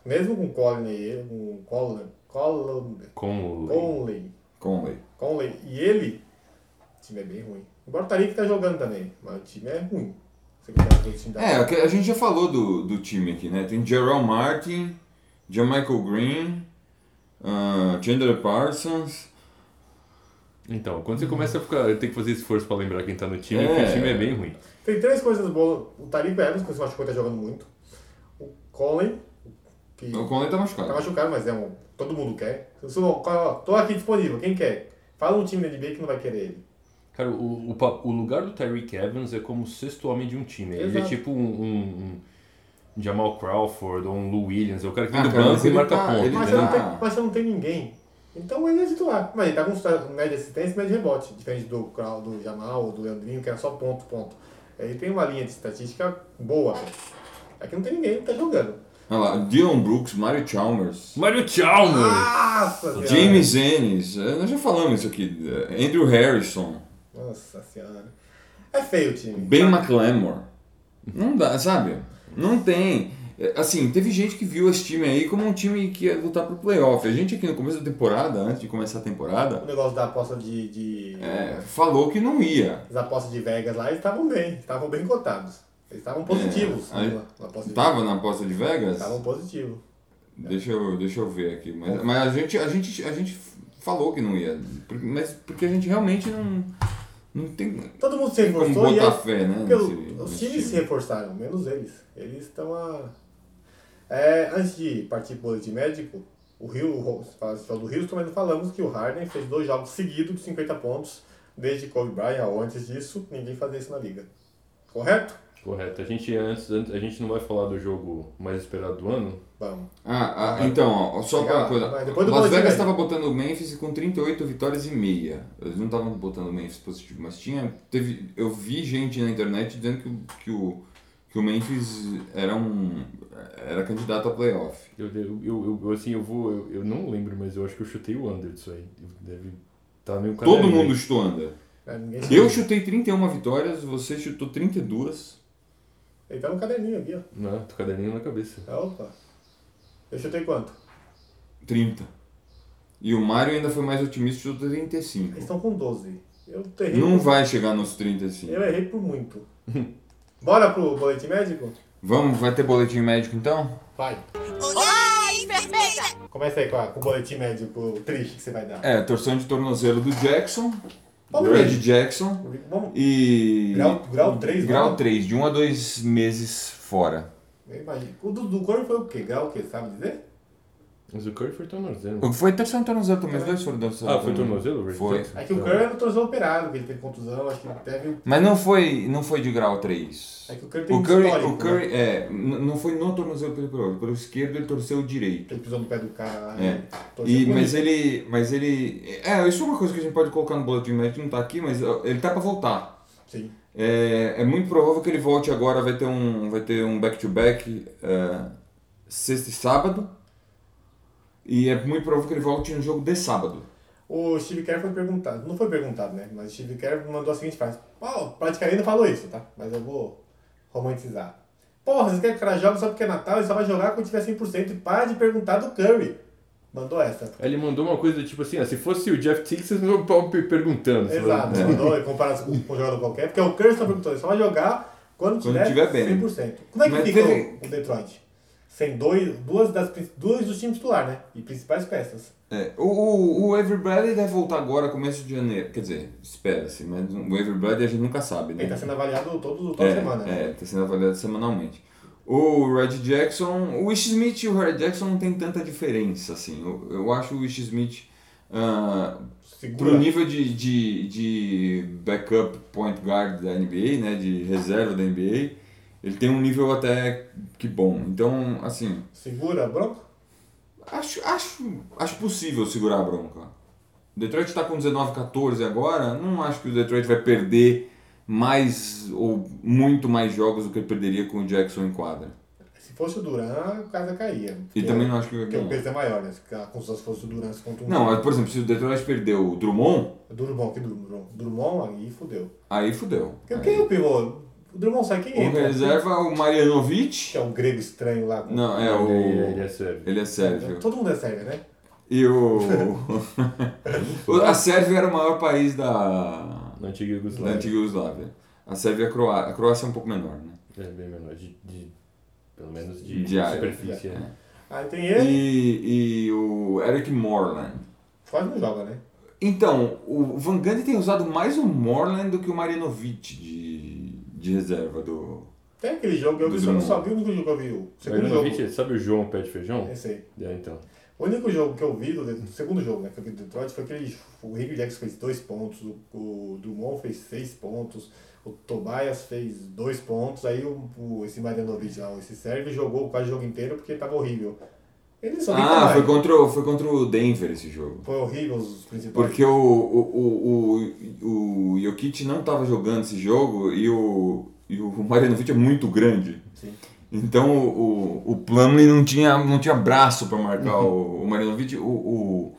Mesmo com o Collin aí, com o Collin, Collin, Com o. Conley, Conley. Conley e ele, o time é bem ruim. Embora o Tariq tá jogando também, mas o time é ruim. Você quer ver o time da É, o que a gente já falou do, do time aqui, né? Tem Gerald Martin, John Michael Green, ah, Chandler Parsons. Então, quando você começa a ficar. Tem que fazer esforço pra lembrar quem tá no time, É. porque o time é bem ruim. Tem três coisas boas. O Tariq Evans, que eu acho que tá jogando muito. O Collin, que... O Conley tá Tá machucado. machucado, mas é um. Todo mundo quer. Se eu sou- ó, tô aqui disponível, quem quer? Fala um time da NBA que não vai querer ele. Cara, o, o, pa- o lugar do Tyreek Evans é como o sexto homem de um time. Ele é Exato. tipo um, um- um Jamal Crawford ou um Lou Williams. É o cara que vem Ah, do cara, mas banco e ele marca tá- ponto. ele Mas entendeu? você, não Ah. tem, mas você não tem ninguém. Então ele é titular. Mas ele tá com sucesso, média de assistência e média de rebote. Diferente do Crow, do Jamal ou do Leandrinho, que era só ponto, ponto. Ele tem uma linha de estatística boa. velho. Aqui não tem ninguém que tá jogando. Olha lá, Dylan Brooks, Mario Chalmers, Mário Chalmers! Ah! Nossa senhora! James Ennis. eh, Nós já falamos isso aqui. eh, Andrew Harrison, Nossa senhora. É feio o time. Ben McLemore. Não dá, sabe? Não tem. É, Assim, teve gente que viu esse time aí como um time que ia lutar pro playoff. A gente aqui no começo da temporada, antes de começar a temporada, O negócio da aposta de. de... é, falou que não ia. As apostas de Vegas lá eles estavam bem, estavam bem cotados. Eles estavam positivos É, aí- na, na aposta de Tava na aposta de Vegas? Estavam positivos. Deixa eu, deixa eu ver aqui. É. Mas, mas a, gente, a, gente, a gente falou que não ia. Por- Mas porque a gente realmente não, não tem Todo mundo se como reforçou e botar aí, fé, né? porque nesse- os- os nesse times se time. reforçaram, menos eles. Eles estão a. É, antes de partir pro boletim médico, o Rio, o Ho- fala- você falou do Houston, mas não falamos que o Harden fez dois jogos seguidos de 50 pontos, desde Kobe Bryant ou antes disso, ninguém fazia isso na liga. Correto? Correto. A gente antes, antes- a gente não vai falar do jogo mais esperado do ano. Vamos. Ah, ah, então, ó, só Legal. uma coisa. Vai, depois do Las Bolsonaro. Vegas estava botando o Memphis com 38 vitórias e meia. Eles não estavam botando o Memphis positivo, mas tinha. Teve, eu vi gente na internet dizendo que, o- que, o, que o Memphis era um. era candidato a playoff. Eu, eu, eu, eu- assim, eu vou, eu, eu não lembro, mas eu acho que eu chutei o under disso aí. Deve tá meio Todo mundo chutou under. É, ninguém Eu chutei 31 vitórias, você chutou 32. Ele tá no caderninho aqui, ó. Não, tô caderninho na cabeça. Ah, Opa. Eu chutei quanto? 30. E o Mário ainda foi mais otimista, chutou Eles 35. estão com 12. Eu errei. Não por- vai chegar nos 35. Eu errei por muito. Bora pro boletim médico? Vamos, vai ter boletim médico então? Vai. Olá, enfermeira! Começa aí com, a- com o boletim médico triste que você vai dar. É, torção de tornozelo do Jackson, Vamos do ver. Red Jackson Vamos. e. Grau- grau três, Grau né? 3, de 1 a 2 meses fora. Eu imagino. O do, do corpo foi o quê? Grau o quê? Sabe dizer? Mas o Curry foi tornozelo. Foi torção de tornozelo também, os dois foram torção de Ah, foi tornozelo, Ray Hum. Foi. Jackson? É que o Então, Curry era um torcedor operado, que ele teve contusão, acho que ele teve. Mas não foi, não foi de grau 3. É que o Curry tem O um Curry, histórico. o Curry é, n- não foi no tornozelo pelo pelo, pelo esquerdo, ele torceu o direito. Ele pisou no pé do cara lá. É. né? Torceu E, bonito. mas ele. Mas ele. É, isso é uma coisa que a gente pode colocar no boletim médico, não tá aqui, mas ó, ele tá pra voltar. Sim. É, é muito provável que ele volte agora, vai ter um. Vai ter um back-to-back é, sexta e sábado. E é muito provável que ele volte no jogo de sábado. O Steve Kerr foi perguntado, não foi perguntado, né? Mas o Steve Kerr mandou a seguinte frase: Pô, praticamente não falou isso, tá? Mas eu vou romantizar. Porra, vocês querem que o cara jogue só porque é Natal e só vai jogar quando tiver 100% e para de perguntar do Curry. Mandou essa. Ele mandou uma coisa do tipo assim, ah, se fosse o Jeff Teague, vocês não estavam per- perguntando. sei lá. Exato, mandou em comparação com um jogador qualquer, porque o Curry só perguntou, ele só vai jogar quando tiver, tiver bem. 100%. Como é que Mas fica teve- o, o Detroit? Sem dois, duas, das, prin- duas dos times titular, né? E principais peças. É, o, o, o Everybody deve voltar agora, começo de janeiro. Quer dizer, espera-se, mas o Everybody a gente nunca sabe, né? Ele tá sendo avaliado todo, toda é, semana. né? É, tá sendo avaliado semanalmente. O Red Jackson, o Ish Smith e o Red Jackson não tem tanta diferença, assim. Eu, eu acho o Ish Smith, ah, Segura. pro nível de, de, de backup point guard da NBA, né, de reserva da NBA, ele tem um nível até que bom. Então, assim, Segura, Bronco? acho, acho, acho possível segurar a bronca. Detroit tá com 19-14 agora, não acho que o Detroit vai perder mais ou muito mais jogos do que ele perderia com o Jackson em quadra. Se fosse o Duran, a casa caía. E Porque- também não acho que vai Porque o ganhar. peso é maior, né? Se a confusão se fosse o Duran se contra um. Não, mas, por exemplo, se o Detroit perdeu o Drummond, Durmon, que Durmon. Durmon aí fudeu. aí fudeu. Porque Aí. quem é o pivô? O Durmon sai quem O entra? reserva, o Marianovic. Que é um grego estranho lá. com- Não, é Ele, ele é o. sério. Ele é sérvio. Todo mundo é sério, né? E o. o- A Sérvia era o maior país da. Na antiga da Yugoslávia. antiga Yugoslávia. A Sérvia e a Croácia. A Croácia é um pouco menor, né? É bem menor. De, de- pelo menos de, De área. superfície. é. Aí tem ele, E, e o Eric Morland. quase não joga, né? Então, o Van Gundy tem usado mais o Morland do que o Marinovic de, de reserva do. Tem aquele jogo que eu Do vi, só, eu Drummond. só vi o único jogo que eu vi. O segundo Marinovic, jogo. sabe o João Pé de Feijão? Esse aí. É, então. O único jogo que eu vi do, do segundo jogo, né? Que eu vi do Detroit foi aquele. O Rick Jackson fez dois pontos, o, o Drummond fez seis pontos, o Tobias fez dois pontos, aí o, o- esse Marianovic lá, esse Sérvio, jogou quase o jogo inteiro porque tava horrível. Ele só tem Ah, é? trabalho. foi contra, o- foi contra o Denver esse jogo. Foi horrível os principais. Porque o, o, o, o, o Jokic não estava jogando esse jogo e o, e o Marinovic é muito grande. Sim. Então o, o, o Plumlee não tinha, não tinha braço para marcar o, o Marinovic. O, o,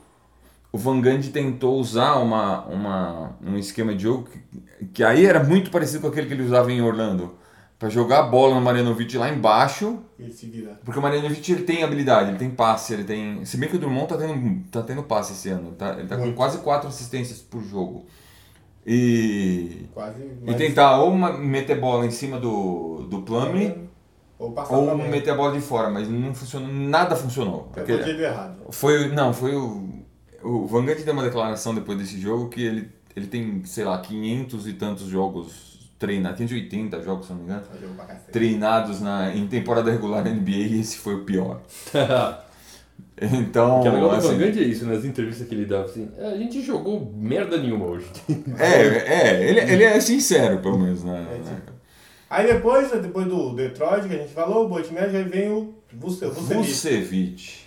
o Van Gundy tentou usar uma, uma, um esquema de jogo que, que aí era muito parecido com aquele que ele usava em Orlando. Para jogar a bola no Marinovic lá embaixo, Ele se vira. porque o Marinovic ele tem habilidade, ele tem passe, ele tem. Se bem que o Drummond tá tendo, tá tendo passe esse ano, tá, ele tá com Muito. quase quatro assistências por jogo. E. Quase. E mais- tentar ou ma- meter bola em cima do, do É, Plumlee Ou passar ou pra mão. meter a bola de fora, mas não funcionou, nada funcionou. Até Aquele- foi o jeito errado. foi, o- não, foi o o Van Gundy deu uma declaração depois desse jogo que ele, ele tem, sei lá, 500 e tantos jogos treinados, 580 jogos, se não me engano, Foi jogo pra cacete. treinados na em temporada regular na NBA e esse foi o pior. Então, O que é legal do é assim, Van Gundy é isso, nas entrevistas que ele dava, assim, "É, a gente jogou merda nenhuma hoje. é, é, ele, ele é sincero, pelo menos, né? É, tipo, Aí depois, depois do Detroit, que a gente falou, o Boitnet, aí vem o Vuce- Vucevic. Vucevic.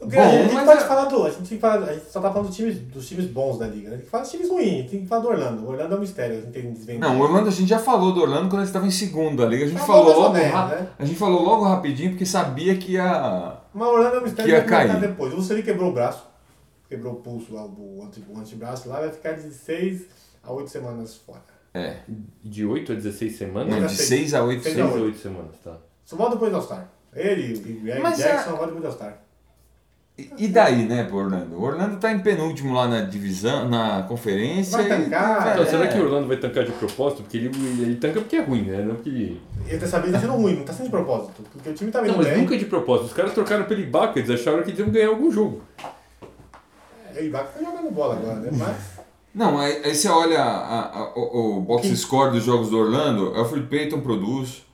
O que a gente, a Bom, gente mas pode é- falar do. A gente, tem que falar, a gente só tá falando dos times, dos times bons da liga, né? A gente fala dos times ruins, tem que falar do Orlando. O Orlando é um mistério, a gente tem que desvendar. Não, o Orlando, a gente já falou do Orlando quando eles estavam em segundo da liga. A gente Tá bom, falou mais ou logo menos, ra- né? A gente falou logo rapidinho porque sabia que ia. Mas o Orlando é um mistério Que ia vai comentar cair. depois. O Vucevic quebrou o braço, quebrou o pulso, lá, o, anti, o antebraço lá, vai ficar de 6 a 8 semanas fora. É. De 8 a 16 Não, Nunca semanas? né, de sei. 6 a 8 Seis 6 a a oito. 8 semanas, tá. Só volta depois do All-Star. Ele e o Greg Mas é- Jackson a- volta depois do All-Star. E e daí, né, pro Orlando? O Orlando tá em penúltimo lá na divisão, na conferência. Vai e- tancar, Então, É. será que o Orlando vai tancar de propósito? Porque ele, ele tanca porque é ruim, né? Não porque... Ele dessa vez tá sendo ruim, não tá sendo de propósito. Porque o time tá vindo Não, é? mas bem. nunca de propósito. Os caras trocaram pelo Ibaka, eles acharam que eles iam ganhar algum jogo. É, O Ibaka tá jogando bola agora, né? Mas Não, aí, aí você olha a- a- o, o box Quem? score dos jogos do Orlando, o Alfred Payton produz,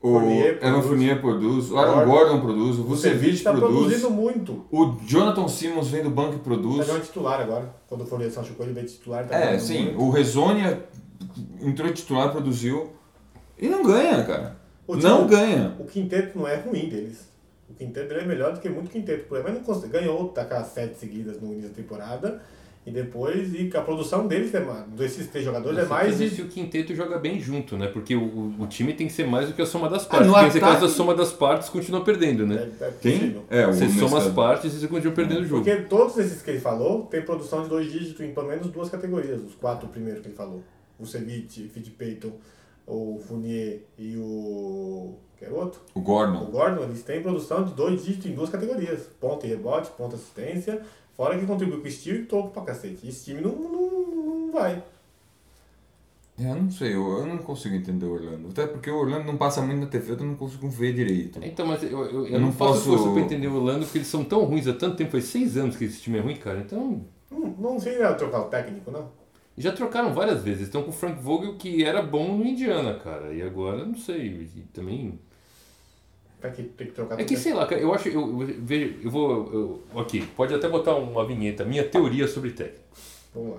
o Fournier Evan produz. Fournier produz, o Aaron Gordon. Gordon produz, o o Ceviche Vucevic tá produz, produzindo muito. o Jonathan Simmons vem do banco e Tá produz. jogando titular agora. Quando for eleição, chocou ele veio titular. Tá É, jogando sim, muito. o Rezonia entrou titular, produziu e não ganha, cara. O não time- ganha. O quinteto não é ruim deles. O quinteto dele é melhor do que muito quinteto. O problema é que não consegue. Ganhou aquelas sete seguidas no início da temporada. E depois, e a produção deles, é, ma- desses três jogadores, é mais Mas de se o quinteto joga bem junto, né? Porque o- o, o time tem que ser mais do que a soma das Ah, no partes. Porque nesse ataque- caso, a soma das partes continua perdendo, né? É, é Quem? possível. É, o Você soma as Mescal- partes e você continua perdendo o jogo. Porque todos esses que ele falou tem produção de dois dígitos em pelo menos duas categorias. Os quatro primeiros que ele falou. O Ceviche, Fit Payton, o Fournier e o. que era o outro? O O Gordon. Gordon, eles têm produção de dois dígitos em duas categorias. Ponto e rebote, ponto e assistência. Fora que contribui com o estilo e toco pra cacete. E esse time não, não, não vai. É, eu não sei, eu, eu não consigo entender o Orlando. Até porque o Orlando não passa muito na TV, eu não consigo ver direito. Então, mas eu, eu, eu Eu não não faço posso- força pra entender o Orlando, porque eles são tão ruins há tanto tempo. Faz seis anos que esse time é ruim, cara. Então, Não, não sei né, trocar o técnico, não. já trocaram várias vezes. Estão com o Frank Vogel, que era bom no Indiana, cara. E agora, não sei. E também... Pra que tem que trocar né? É que, sei lá, cara, eu acho... Eu, eu, vejo- eu vou... Eu, aqui, pode até botar uma vinheta. Minha teoria sobre técnico. Vamos lá.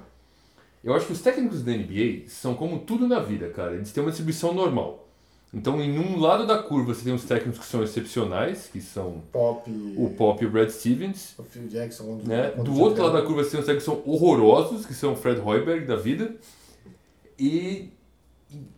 Eu acho que os técnicos da NBA são como tudo na vida, cara. Eles têm uma distribuição normal. Então, em um lado da curva, você tem os técnicos que são excepcionais, que são Pop. o Pop e o Brad Stevens. o Phil Jackson. Né? Do outro lado da curva, você tem os técnicos que são horrorosos, que são o Fred Hoiberg da vida. E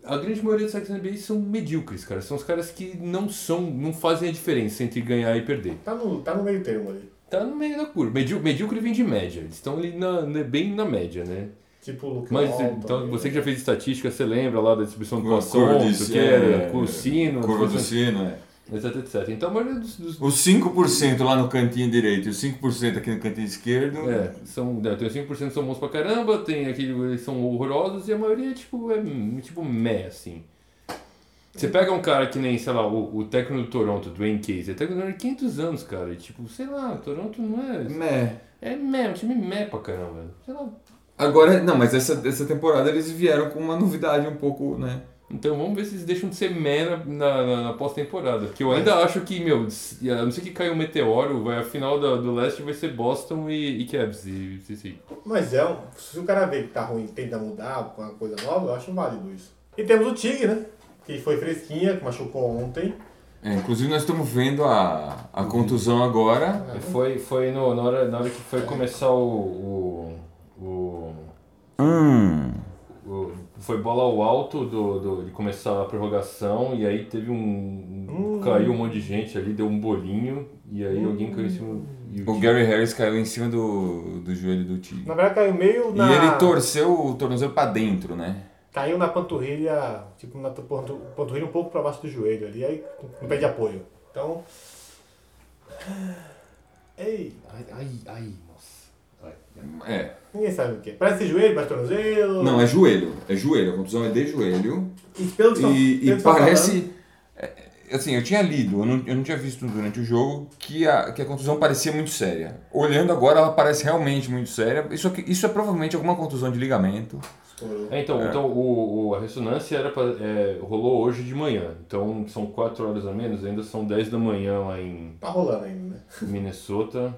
a grande maioria dos técnicos da NBA são medíocres, cara. São os caras que não são, não fazem a diferença entre ganhar e perder. Tá no, tá no meio termo ali. Tá no meio da curva. Medí medíocre vem de média. Eles estão ali na- na- bem na média, né? Tipo o Luke Mas Walton, então, né? você que já fez estatística, você lembra lá da distribução do Com a curva Poisson, de- isso que é, era, com o sino, Curva do etc, sino, é. etc, etc. Então a maioria dos, dos- Os 5% lá no cantinho direito e os 5% aqui no cantinho esquerdo. é, são, né, tem os 5% que são bons pra caramba, tem aquele eles são horrorosos e a maioria é tipo, é, hum, tipo meh, assim. Você pega um cara que nem, sei lá, o, o técnico do Toronto, Dwayne Casey, é técnico do Toronto de 500 anos, cara, e tipo, sei lá, Toronto não é... Meh. É meh, um time meh pra caramba, sei lá. Agora, não, mas essa, essa temporada eles vieram com uma novidade um pouco, né? Então vamos ver se eles deixam de ser meh na, na, na- na pós-temporada. Porque eu ainda acho que, meu, se- a não ser que caia um meteoro, vai, a final da- do leste vai ser Boston e, e Cavs. E, e, e- Mas é, um- se o cara vê que tá ruim e tenta mudar com uma coisa nova, eu acho válido isso. E temos o Tig, né? Que foi fresquinha, que machucou ontem. É, inclusive nós estamos vendo a, a contusão agora. Foi, foi no- na, hora, na hora que foi começar o. o, o- Hum. o- foi bola ao alto do, do- de começar a prorrogação e aí teve um. Hum. caiu um monte de gente ali, deu um bolinho e aí alguém caiu em cima. e O Gary Harris caiu em cima do, do joelho do Tigre. Na verdade, caiu meio na. E ele torceu o tornozelo pra dentro, né? Caiu na panturrilha, tipo, na tu- pantu- panturrilha um pouco pra baixo do joelho ali, aí não perde apoio. Então. Ei, Ai, ai, ai, nossa. Ai, ai. É. ninguém sabe o que é. Parece joelho, parece tornozelo. Não, é joelho. É joelho. A contusão é de joelho. E pelo que estão- pelo E, e que estão falando, parece. é, Assim, eu tinha lido, eu não, eu não tinha visto durante o jogo que a, que a contusão parecia muito séria. Olhando agora, ela parece realmente muito séria. Isso, aqui- isso é provavelmente alguma contusão de ligamento. estourou. É, então, então o, o- a ressonância era pra, é, rolou hoje de manhã. Então são 4 horas a menos, ainda são 10 da manhã lá em Tá rolando ainda, né? Minnesota.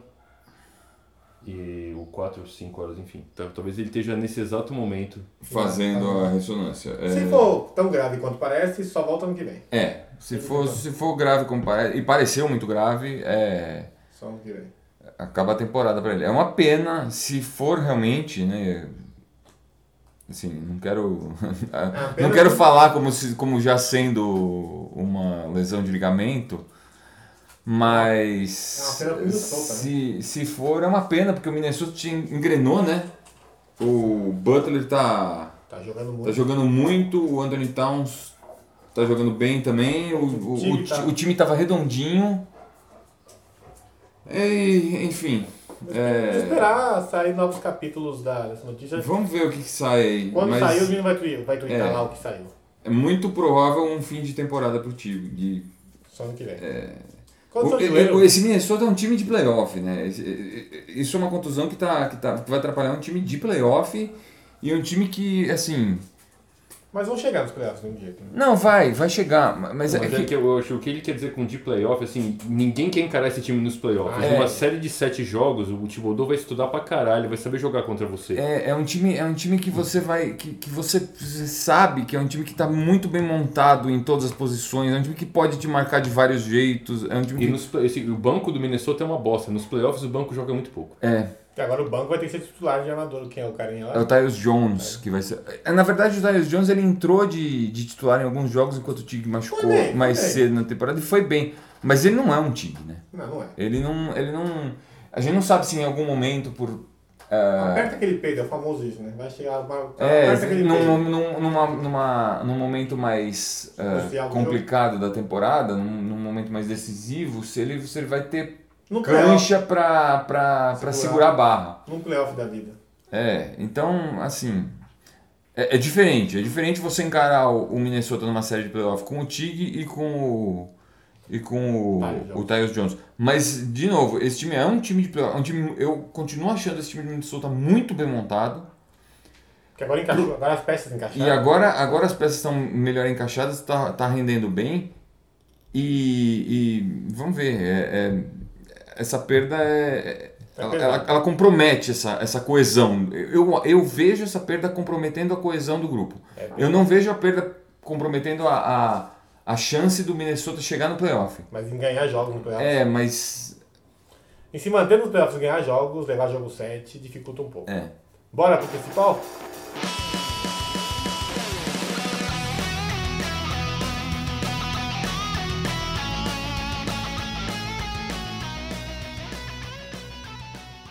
E o ou 4 ou 5 horas, enfim. Tal- Talvez ele esteja nesse exato momento. fazendo a ressonância. É, Se for tão grave quanto parece, só volta ano que vem. É, se for, se for grave como parece, e pareceu muito grave, é, Só ano que vem. acaba a temporada pra ele. É uma pena se for realmente, né? Assim, não quero não É pena quero que- falar como se como já sendo uma lesão de ligamento, É uma mas pena pro Minnesota, né? se, se for é uma pena porque o Minnesota tinha- engrenou, né? O Butler tá Tá jogando muito. Tá jogando muito, o Anthony Towns tá jogando bem também, o, o, o ti- time o time, tá- tava redondinho. E, enfim. Vamos é, esperar sair novos capítulos da, dessa notícia. vamos ver o que, que sai aí. Quando mas sair, o menino vai twittar, vai twittar É. lá o que saiu. É muito provável um fim de temporada pro time. de- Só ano que vem. Quando É. O- sou e- joelho, e- Esse Minnesota é um time de playoff, né? Esse- e- e- Isso é uma contusão que, tá, que, tá, que vai atrapalhar um time de playoff e um time que, assim. mas vão chegar nos playoffs de um jeito. né? Não, vai, vai chegar, mas, Mas é que- é que eu acho que o que ele quer dizer com de playoff, assim, ninguém quer encarar esse time nos playoffs. Ah, é. Uma série de sete jogos, o Thibodeau vai estudar pra caralho, vai saber jogar contra você. É, é um time, é um time que você vai, que, que você sabe que é um time que tá muito bem montado em todas as posições, é um time que pode te marcar de vários jeitos, é um time E que, nos, play- esse, o banco do Minnesota é uma bosta. Nos playoffs o banco joga muito pouco. é, Porque agora o banco vai ter que ser titular de armador. Quem é o carinha é o lá? Tyus Jones que vai ser. é, na verdade o Tyus Jones ele entrou de, de titular em alguns jogos enquanto o Tig machucou Foi bem, foi mais bem. cedo na temporada e foi bem, mas ele não é um Tig, né? Não, não é. Ele não, ele não, a gente não sabe se em algum momento por ah, Aperta aquele peido, é o famoso isso, né? Vai chegar. Uma... É, aperta Ah, aquele num, peido. num, numa, numa, num momento mais ah, Crucial do complicado da temporada, num, num momento mais decisivo, se ele, se ele vai ter No playoff, cancha pra, pra, pra Segurar. segurar a barra. no playoff da vida. É, então, assim. É, é diferente. É diferente você encarar o, o Minnesota numa série de playoff com o Tig e com o. E Tyus com o, Jones. o Tyus Jones. Mas, de novo, esse time é um time de playoff. é um time, eu continuo achando esse time de Minnesota muito bem montado. Porque agora encaixou, agora as peças E encaixaram. agora, agora as peças estão melhor encaixadas, tá, tá rendendo bem. E, e vamos ver, é- é- essa perda é. é- Ela, ela- ela compromete essa, essa coesão. Eu, eu vejo essa perda comprometendo a coesão do grupo. É verdade. Eu não vejo a perda comprometendo a, a, a chance do Minnesota chegar no playoff. Mas em ganhar jogos no playoff. É, mas. Em se manter nos playoffs, ganhar jogos, levar jogo 7, dificulta um pouco. É. Bora pro principal?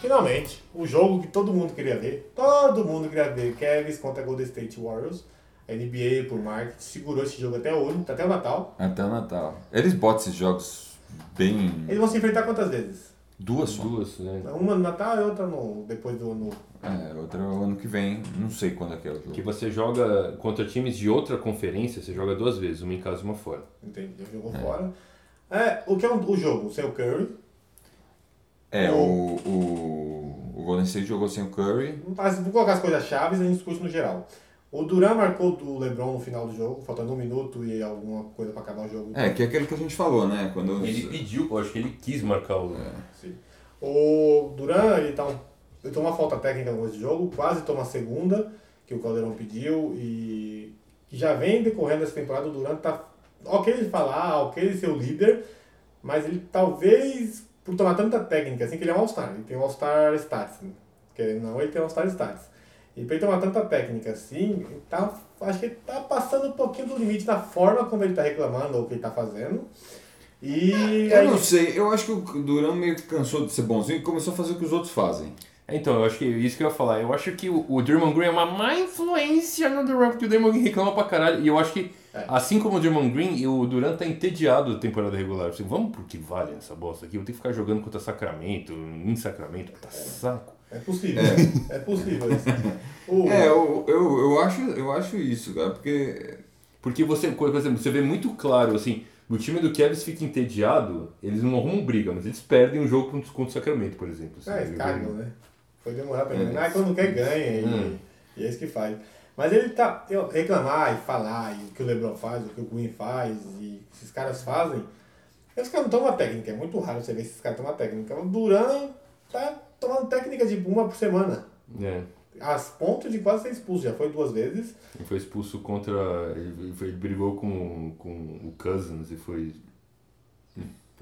Finalmente, o jogo que todo mundo queria ver, todo mundo queria ver, Cavs contra Golden State Warriors, a NBA por marketing, segurou esse jogo até hoje, tá até o Natal. Até o Natal. Eles botam esses jogos bem. Eles vão se enfrentar quantas vezes? Duas só. Duas, né? Uma no Natal e outra no, depois do ano. É, outra ano que vem. Não sei quando é que é o jogo. Que você joga contra times de outra conferência, você joga duas vezes, uma em casa e uma fora. Entendeu? Jogou fora. É, o que é um- o jogo? Sem o Curry, É, O- o, o, o Golden State jogou sem o Curry. Mas tá- vou colocar as coisas chaves e a gente discute no geral. O Duran marcou do LeBron no final do jogo, faltando um minuto e alguma coisa pra acabar o jogo. É, que é aquilo que a gente falou, né? Quando Ele pediu, eu acho que ele quis marcar o. Sim. O Duran, ele, tá um, ele toma uma falta técnica no começo do jogo, quase toma a segunda, que o Caldeirão pediu, e que já vem decorrendo essa temporada. O Duran tá ok de falar, ok de ser o líder, mas ele talvez, por tomar tanta técnica, assim, que ele é um All-Star, ele tem um All-Star Stats, né? querendo ou não, ele tem um All-Star Stats. E pra ele tomar tanta técnica assim, ele tá, acho que ele tá passando um pouquinho do limite da forma como ele tá reclamando ou o que ele tá fazendo. E. Eu aí- não sei, eu acho que o Duran meio que cansou de ser bonzinho e começou a fazer o que os outros fazem. É, Então, eu acho que isso que eu ia falar. Eu acho que o, o Draymond Green é uma má influência no Durant, porque o Draymond Green reclama pra caralho. E eu acho que, É. assim como o Draymond Green, o Durant tá entediado da temporada regular. Assim, vamos porque vale essa bosta aqui. Eu tenho que ficar jogando contra Sacramento, em Sacramento, tá saco. É possível, é, possível isso. O- É, eu, eu, eu, acho, eu acho isso, cara, porque. Porque você, por exemplo, você vê muito claro, assim, o time do Cavs fica entediado, eles não arrumam briga, mas eles perdem o jogo contra, contra o Sacramento, por exemplo. assim, Ah, eles né? cagam, né? Foi demorar pra ganhar. Ah, quando quer, ganha. E, Hum. e é isso que faz. Mas ele tá. eu- reclamar e falar, e o que o Lebron faz, o que o Green faz, e esses caras fazem. Esses caras não tomam a técnica, é muito raro você ver esses caras tomar a técnica. O Duran tá tomando técnica de uma por semana. É. As ponto de quase ser expulso, já foi duas vezes. Ele foi expulso contra. Ele, foi- ele brigou com, com o Cousins e foi.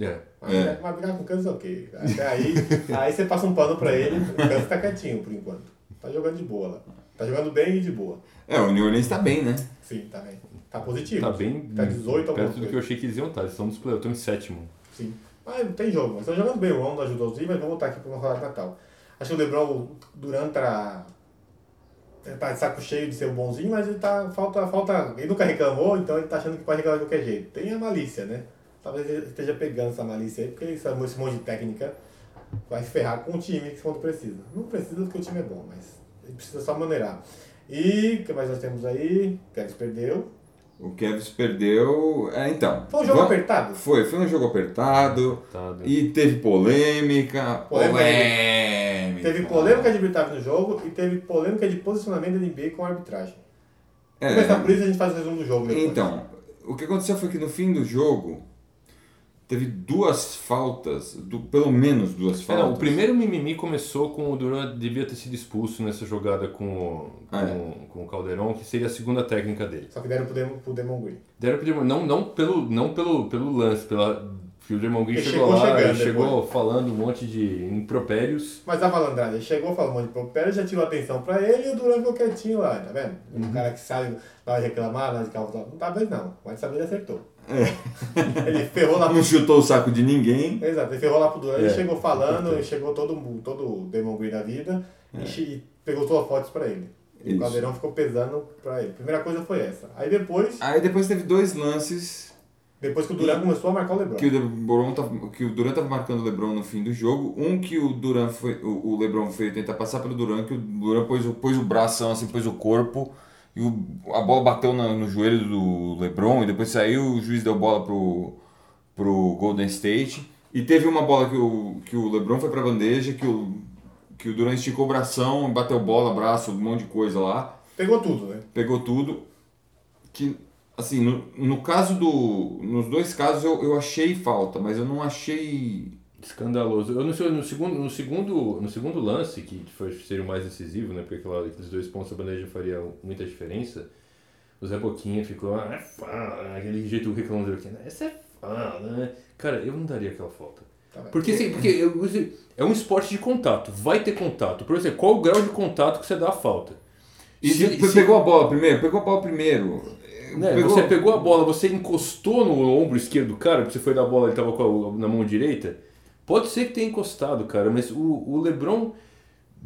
É. Mas, É. mas brigar com o Kansas é ok. Até aí, aí você passa um pano pra ele, o Kansas tá quietinho por enquanto. Tá jogando de boa lá. Tá jogando bem e de boa. É, o New Orleans tá bem, né? Sim, tá bem. Tá positivo. Tá bem Tá 18 alguma perto do que coisa. eu achei que eles iam estar. Eles estão nos playoffs, estão em sétimo. Sim. Mas não tem jogo, mas estão jogando bem. O Rondo ajudou os Lakers, mas vamos voltar aqui para uma rodada de Natal. Acho que o LeBron, durante a... Ele tá de saco cheio de ser um bonzinho, mas ele tá... Falta, falta... Ele nunca reclamou, então ele tá achando que pode reclamar de qualquer jeito. Tem a malícia, né? Talvez ele esteja pegando essa malícia aí, porque esse esse monte de técnica vai se ferrar com o time que quando precisa. Não precisa porque o time é bom, mas ele precisa só maneirar. E o que mais nós temos aí? Kevs perdeu. O Cavs perdeu. É, então. Foi um jogo vamos- apertado? Foi, foi um jogo apertado. Apertado. E teve polêmica. Polêmica. Polêmica. Teve polêmica de arbitragem no jogo e teve polêmica de posicionamento da NBA com a arbitragem. É, Começa por isso a gente faz o resumo do jogo depois. Então, o que aconteceu foi que no fim do jogo teve duas faltas, du- pelo menos duas É, faltas. não, o primeiro mimimi começou com o Duran devia ter sido expulso nessa jogada com, o- Ah, é. com, com o Caldeirão, que seria a segunda técnica dele. Só que deram pro, Dem pro Demon Green. Deram pro Draymond, não, não, pelo, não pelo, pelo lance, pela, que o Draymond Green Ele chegou, chegou lá e chegando chegou falando um monte de impropérios. Mas a malandragem chegou, falou um monte de pouco, Pérez já tirou a atenção pra ele e o Duran ficou quietinho lá, tá vendo? Uhum. O cara que sabe na hora de reclamar, na hora de causar. Não tá bem não, mas saber ele acertou. É. ele ferrou lá Não pro. chutou o saco de ninguém. Exato, ele ferrou lá pro Duran, ele É. chegou falando, ele chegou todo mu- todo o Demon Green da vida e che- e pegou todas as fotos pra ele. E É. Isso. o Caldeirão ficou pesando pra ele. Primeira coisa foi essa. Aí depois, Aí depois teve dois lances depois que o Duran começou a marcar o Lebron. que o, Lebron tava, que o Duran tava marcando o Lebron no fim do jogo. Um que o Duran foi. O, o Lebron foi tentar passar pelo Duran, que o Duran pôs, o- pôs o bração, assim, pôs o corpo. E o- a bola bateu na- no, joelho do Lebron e depois saiu, o juiz deu bola pro, pro Golden State. E teve uma bola que o, que o Lebron foi pra bandeja, que o, que o Duran esticou o bração, bateu bola, braço, um monte de coisa lá Pegou tudo, né? pegou tudo. Que, assim, no, no caso do. Nos dois casos eu, eu achei falta, mas eu não achei. Escandaloso. Eu não sei, no segundo, no segundo, no segundo lance, que foi, seria o mais decisivo, né? Porque aquela, aqueles dois pontos da bandeja faria muita diferença. O Zé Boquinha ficou, ah, é fã, aquele jeito reclamando dele aqui, né? Essa é fã, né? Cara, eu não daria aquela falta. Tá bem. Porque, assim, porque eu- você- é um esporte de contato, vai ter contato. Por exemplo, qual o grau de contato que você dá a falta? E Se- pe- se- pegou a bola primeiro? Pegou a bola primeiro. né, Você pegou a bola, você encostou no ombro esquerdo do cara, porque você foi dar a bola ele tava com a- na mão direita. Pode ser que tenha encostado, cara, mas o, o Lebron.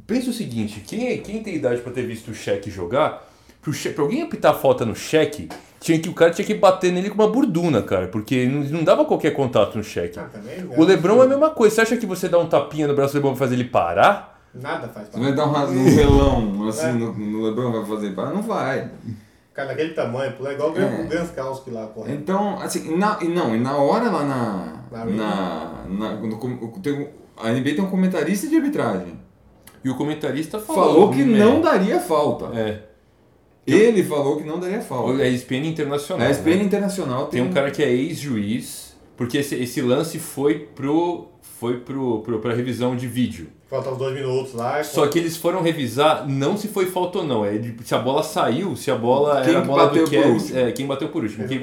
Pensa o seguinte: quem, é- quem tem idade pra ter visto o cheque jogar, pro Shaq- pra alguém apitar a falta no cheque, tinha que, o cara tinha que bater nele com uma burduna, cara, porque não, não dava qualquer contato no cheque. Ah, também, Tá. O né? Lebron é a mesma coisa. Você acha que você dá um tapinha no braço do Lebron pra fazer ele parar? Nada faz pra Você vai dar um, um relão É. assim no, no Lebron, vai fazer. Ah, Não vai. Cara, daquele tamanho, pular igual o Gra- É. o Gans Kowski lá, É. correndo. Então, assim, na, e não, e na hora lá na. Na Na. arena. na- no com- tem um- a NBA tem um comentarista de arbitragem. E o comentarista falou, Falou que né? não daria falta. É. Ele falou que não daria falta. É ESPN internacional. A né? SPN Internacional Tem um cara que é ex-juiz, porque esse, esse lance foi pro foi pro, pro para revisão de vídeo. Falta uns dois minutos lá. Só que eles foram revisar não se foi falta ou não, é de- se a bola saiu, se a bola Quem era a que bola bateu do por Kevs, último. é, quem bateu por último. tá Ele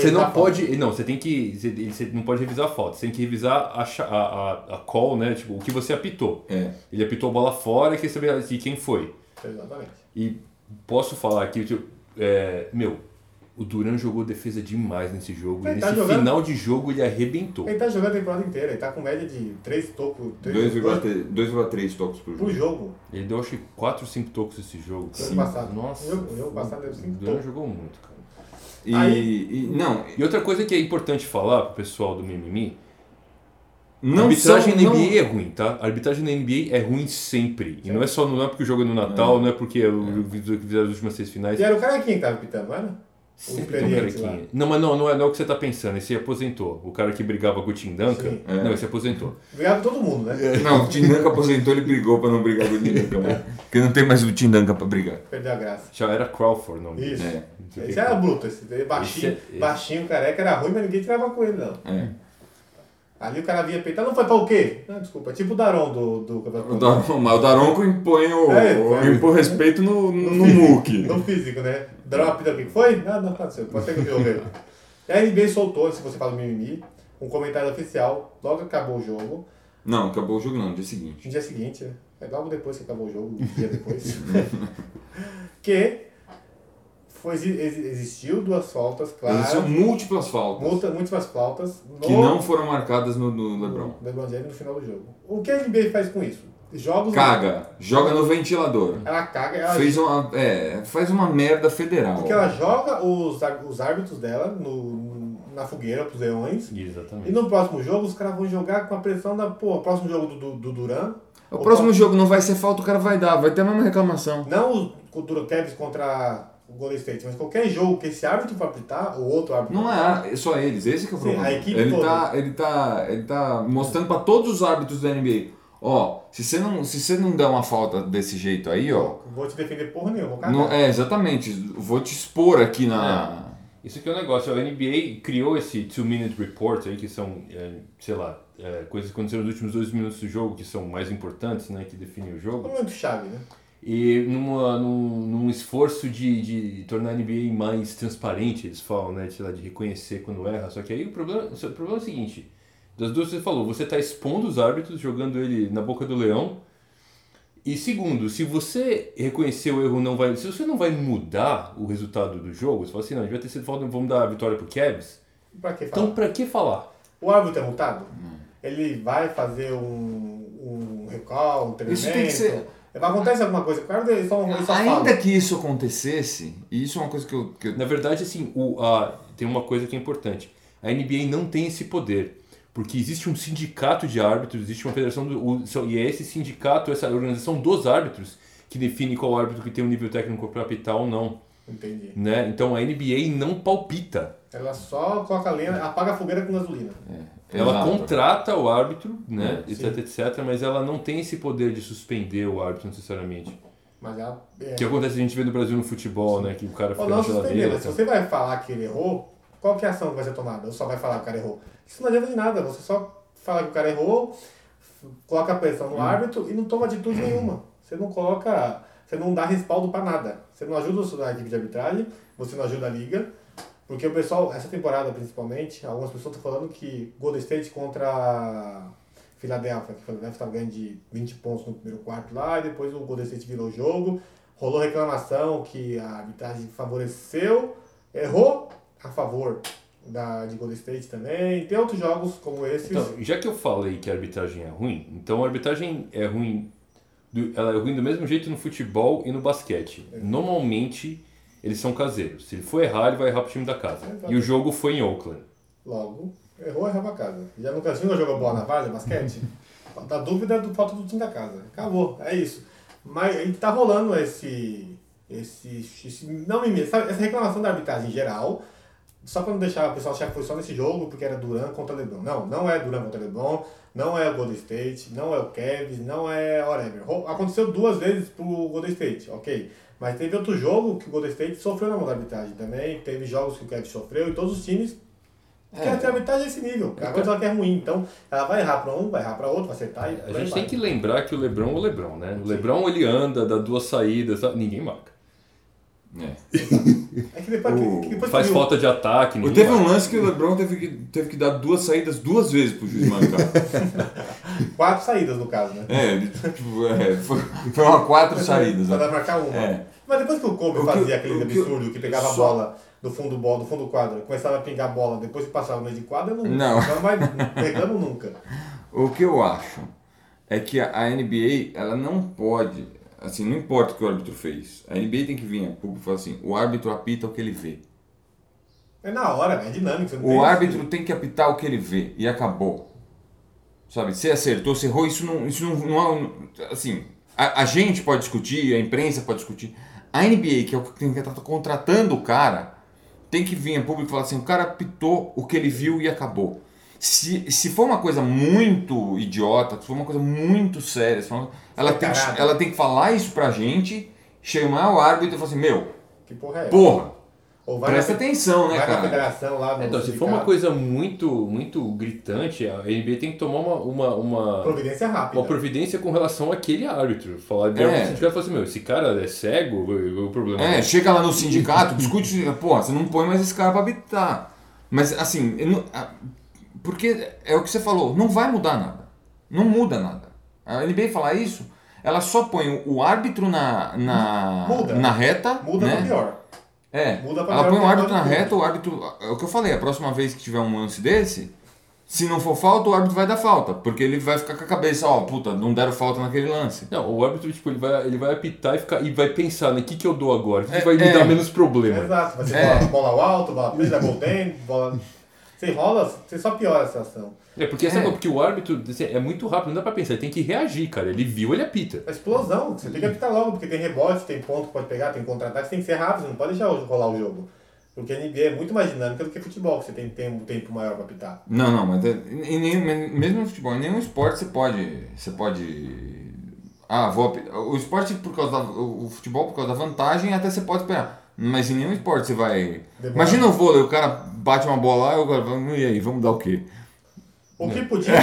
Quem não ba- pode- ele não pode revisar a falta. você não pode, não, você tem que você, você não pode revisar a falta, você tem que revisar a, cha- a, a, a call, né, tipo, o que você apitou. É. Ele apitou a bola fora, quer saber assim, quem foi. Exatamente. E posso falar aqui, tipo, é, meu, o Duran jogou defesa demais nesse jogo. Ele e tá nesse jogando- final de jogo ele arrebentou. Ele tá jogando a temporada inteira, ele tá com média de 3 tocos, 3 2,3 toques por por jogo. jogo. Ele deu acho que 4 ou 5 tocos nesse jogo. cara. Jogo passado. Nossa. Jogo- jogo passado deu cinco O Duran tocos. jogou muito, cara. E, Aí- e- não, E outra coisa que é importante falar pro pessoal do Mimimi, a não arbitragem são, na não- NBA é ruim, tá? A arbitragem na NBA é ruim sempre. E não é só não é porque o jogo é no Natal, não é porque é o jogo que fizeram as últimas seis finais. E era o carequinha que tava pitando, não era? Sempre tem um experiente carequinha. Não, mas não, não é, não é o que você tá pensando. Esse aposentou. O cara que brigava com o Tim Duncan. Sim. Não, esse aposentou. Obrigado todo mundo, né? Não, o Tindanka aposentou, ele brigou pra não brigar com o Tindanka. né? Porque não tem mais o Tindanka pra brigar. Perdeu a graça. Já era Crawford, É. não. Isso. É. Esse era bruto, esse daí baixinho, Esse é- esse- baixinho, careca, era ruim, mas ninguém tirava com ele, não. É. Ali o cara vinha peitar, não foi pra o quê? Ah, desculpa, tipo o Daron do, do Campeonato O Paulista. Daronco, mas o Daronco impõe, o, É, o- é. impõe respeito no, no, no físico, Muque. No físico, né? Drop do que foi? Nada, não aconteceu. Pode ser que o jogo aí. E a NBA soltou, se você fala do mimimi, um comentário oficial, logo que acabou o jogo. Não, acabou o jogo não, no dia No seguinte. dia seguinte, né? É logo depois que acabou o jogo, um dia depois. que foi, exi- exi- existiu duas faltas, Existiam claro. múltiplas faltas Multa, muitas faltas. No, que não foram marcadas no, no LeBron. no LeBron James no final do jogo. O que a NBA faz com isso? Jogos. Caga, joga no ventilador. Ela caga, ela Fez uma, é, faz uma merda federal. Porque ela joga os, ar- os árbitros dela no, na fogueira pros leões. E Exatamente. no próximo jogo os caras vão jogar com a pressão da. Pô, o próximo jogo do, do, do Duran. O próximo jogo não vai ser falta, o cara vai dar, vai ter a mesma reclamação. Não o Cultura Cavs contra o Golden State, mas qualquer jogo que esse árbitro for apitar, o outro árbitro. Não é, é só eles, esse que é o Sim, problema. a equipe ele, toda. tá, ele, tá, ele tá mostrando pra todos os árbitros da NBA. Ó, se você não, se você não der uma falta desse jeito aí, ó. Não Vou te defender porra nenhuma, cara. não- é, exatamente. Vou te expor aqui na. Isso aqui é um negócio. A NBA criou esse Two Minute Report aí, que são, é, sei lá, é, coisas que aconteceram nos últimos dois minutos do jogo, que são mais importantes, né? Que definem o É um jogo. momento chave, né? E numa, num, num esforço de, de tornar a NBA mais transparente, eles falam, né? Sei lá, de reconhecer quando erra. Só que aí o problema, o problema é o seguinte: das duas você falou, você está expondo os árbitros, jogando ele na boca do leão. E segundo, se você reconhecer o erro, não vai, se você não vai mudar o resultado do jogo, você fala assim: não, devia ter sido falta, vamos dar a vitória pro Cavs. Pra que falar? Então, pra que falar? O árbitro é multado? Ele vai fazer um, um recall, um treinamento. Isso tem que ser- Acontece alguma coisa com o árbitro, ele só, ele só fala. Ainda que isso acontecesse, e isso é uma coisa que eu. que eu- Na verdade, assim, o, a, tem uma coisa que é importante. A NBA não tem esse poder. Porque existe um sindicato de árbitros, existe uma federação, do, o- são- e é esse sindicato, essa organização dos árbitros, que define qual árbitro que tem um nível técnico para apitar ou não. Entendi. Né? Então a NBA não palpita. Ela só coloca a lenha, apaga a fogueira com gasolina. Ela Exato. contrata o árbitro, né? É, etc, sim. etc, mas ela não tem esse poder de suspender o árbitro necessariamente. Mas ela. é, O que acontece a gente vê no Brasil no futebol, né? Que o cara fica Ou na não suspender, geladeira. mas se você vai falar que ele errou, qual que é a ação que vai ser tomada? Ou só vai falar que o cara errou? Isso não adianta de nada, você só fala que o cara errou, f- coloca a pressão no árbitro e não toma atitude nenhuma. Você não coloca, você não dá respaldo pra nada. Você não ajuda a sua equipe de arbitragem, você não ajuda a liga, porque o pessoal, essa temporada principalmente, algumas pessoas estão falando que Golden State contra Filadélfia, que Filadélfia estava ganhando de 20 pontos no primeiro quarto lá, e depois o Golden State virou o jogo, rolou reclamação que a arbitragem favoreceu, errou a favor da, de Golden State também, tem outros jogos como esses. Então, já que eu falei que a arbitragem é ruim, então a arbitragem é ruim. do- ela é ruim do mesmo jeito no futebol e no basquete. Normalmente eles são caseiros. Se ele for errar, ele vai errar pro time da casa. Exato. E o jogo foi em Oakland. Logo, errou, errou pra casa. Já nunca viu jogou bola na várzea, basquete? da dúvida é do falta do time da casa. Acabou, é isso. Mas aí tá rolando esse. esse, esse não me sabe, essa reclamação da arbitragem em geral. Só pra não deixar o pessoal achar que foi só nesse jogo, porque era Duran contra LeBron. Não, não é Duran contra LeBron, não é o Golden State, não é o Cavs, não é whatever. Ro- Aconteceu duas vezes pro Golden State, ok. Mas teve outro jogo que o Golden State sofreu na mão da arbitragem também. Teve jogos que o Cavs sofreu e todos os times porque a arbitragem é esse nível. Ela vai falar que é ruim. Então, ela vai errar pra um, vai errar pra outro, vai acertar e A gente tem que lembrar que o Lebron é o Lebron, né? O Lebron ele anda, dá duas saídas, tá? ninguém marca. É. É que depois, O- que depois Faz que viu- falta de ataque, Eu ninguém teve um marca. lance que o LeBron teve que, teve que dar duas saídas duas vezes pro juiz marcar. quatro saídas, no caso, né? é, ele, tipo, é, foi, foi uma quatro saídas. Só né? dá pra marcar uma. É. Mas depois que o Kobe O que- fazia o aquele que- absurdo que, pegava só- a bola do fundo, bola, do fundo do quadro, começava a pingar a bola, depois que passava no meio de quadro, eu não, Não. mais pegando nunca. O que eu acho é que a a NBA, ela não pode, assim, não importa o que o árbitro fez. A NBA tem que vir a público e falar assim, o árbitro apita o que ele vê. É na hora, é dinâmico. Você não O tem- árbitro tem que apitar o que ele vê e acabou. Sabe, se acertou, se errou, isso não, isso não, não é- assim, a, a gente pode discutir, a imprensa pode discutir. A NBA, que é o que tem que estar contratando o cara, tem que vir a público e falar assim, o cara apitou o que ele viu e acabou. Se, se for uma coisa muito idiota, se for uma coisa muito séria, se for uma- ela, tem que, Escancarada. ela tem que falar isso pra gente, chamar o árbitro e falar assim, meu, Que porra é? essa? porra, Ou vai Presta na, atenção, né, vai na cara? federação lá no Então, se for sindicato. uma coisa muito, muito gritante, a NBA tem que tomar uma, uma, uma, Providência é rápida. uma providência com relação àquele árbitro. Falar de É. é. sindicato e falar assim, meu, esse cara é cego, o o problema É, Né? dele. chega lá no sindicato, discute, porra, você não põe mais esse cara pra habitar. Mas assim, eu não- a- porque é o que você falou, não vai mudar nada. Não muda nada. A NBA falar isso, ela só põe o árbitro na, na, Muda. na reta. Muda né? pra pior. É. Muda pra ela põe melhor o árbitro na pra reta, o árbitro. É o que eu falei, a próxima vez que tiver um lance desse, se não for falta, o árbitro vai dar falta. Porque ele vai ficar com a cabeça, ó, puta, não deram falta naquele lance. Não, o árbitro, tipo, ele vai, ele vai apitar e, ficar, e vai pensar, né, o que, que eu dou agora? O que, que É, vai me é. dar menos problema? Exato. Vai ser É. bola, bola ao alto, bola presa, golden, bola. Você enrola, você só piora a situação. É, porque, sabe, É. porque o árbitro assim, é muito rápido, não dá pra pensar, ele tem que reagir, cara. Ele viu, ele apita. A explosão, você tem que apitar logo, porque tem rebote, tem ponto que pode pegar, tem contra-ataque, tem que ser rápido, você não pode deixar rolar o jogo. Porque a NBA é muito mais dinâmica do que futebol, que você tem tempo, tempo maior pra apitar. Não, não, mas é- em nenhum- mesmo no futebol, em nenhum esporte você pode. Você pode. Ah, vou. api- O esporte por causa da. O futebol por causa da vantagem até você pode esperar. Mas em nenhum esporte você vai. Demora. Imagina o vôlei, o cara bate uma bola lá e o cara fala, e aí, vamos dar o quê? O que podia.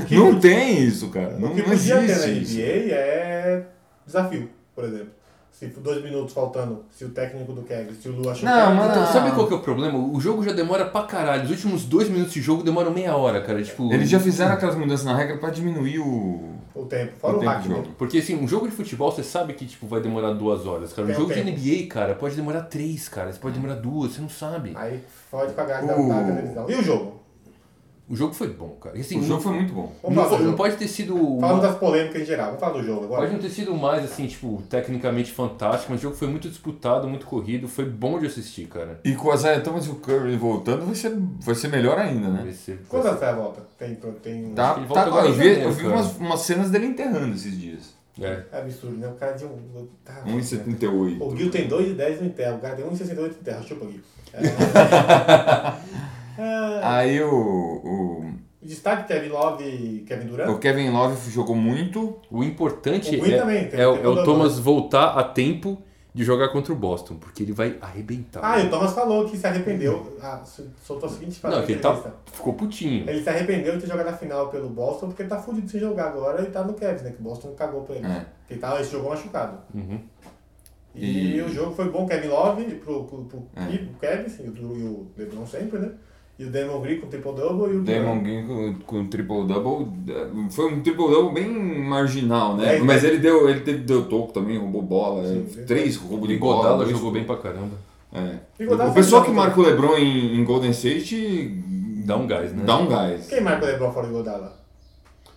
o que Não podia- tem isso, cara. Não, o que não podia ter na existe isso. NBA é desafio, por exemplo. Se for dois minutos faltando, se o técnico do Kevin, se o Lu achou Não, que- mas- Então, Ah. sabe qual que é o problema? O jogo já demora pra caralho. Os últimos dois minutos de jogo demoram meia hora, cara. Tipo, Eles já fizeram aquelas mudanças na regra pra diminuir o. o tempo. o Fora o, tempo hack, de né? jogo. Porque assim, um jogo de futebol você sabe que tipo, vai demorar duas horas, cara. Um Tem jogo tempo. de NBA, cara, pode demorar três, cara. Você pode demorar duas, você não sabe. Aí pode pagar da, O- da televisão. E o jogo? O jogo foi bom, cara. E, assim, O não- jogo foi muito bom. Vamos não, falar do não jogo. pode ter sido. Falando uma- das polêmicas em geral, vamos falar do jogo agora. Pode não ter sido mais, assim, tipo, tecnicamente fantástico, mas o jogo foi muito disputado, muito corrido, foi bom de assistir, cara. E com o Isaiah Thomas e o Curry voltando, vai ser, vai ser melhor ainda, né? Vai ser- vai Quando ser- essa é a volta? Tem, tem... Tá, que ele tá- volta agora eu em vi, janeiro, eu vi cara. umas, umas cenas dele enterrando esses dias. É. É absurdo, né? O cara de um... Tá, né? 1,78. O Gil tem 2,10 no enterro. O cara tem 1,68 no enterro. Chupa, Gil. É. Aí o, o, Destaque Kevin Love e Kevin Durant. o Kevin Love jogou muito. O importante O ruim é, também, tem- é o- tem é o toda a Thomas voltar a tempo de jogar contra o Boston, porque ele vai arrebentar. é? Ah, e o Thomas falou que se arrependeu. Ah, su- soltou a seguinte frase Não, é na que ele tá, entrevista. É, ficou putinho. Ele se arrependeu de ter jogado a final pelo Boston porque ele tá fudido sem jogar agora e tá no Cavs, né? Que o Boston cagou pra ele. É. Porque ele tá, esse jogo machucado. Uhum. E, E- É. o jogo foi bom, Kevin Love pro, pro, pro, pro Cavs, e o, e o LeBron sempre, né? E o Damon Green com o triple double e o Damon Green com, com triple double. Foi um triple double bem marginal, né? É, Mas ele deu, ele teve, deu toco também, roubou bola. Sim, é, verdade. três roubos de O bola. Godala dois- jogou bem pra caramba. É. E Godala O pessoal que fez- marca o LeBron em, em Golden State Dá um gás, né? dá um gás. Quem marca o LeBron fora do Godala?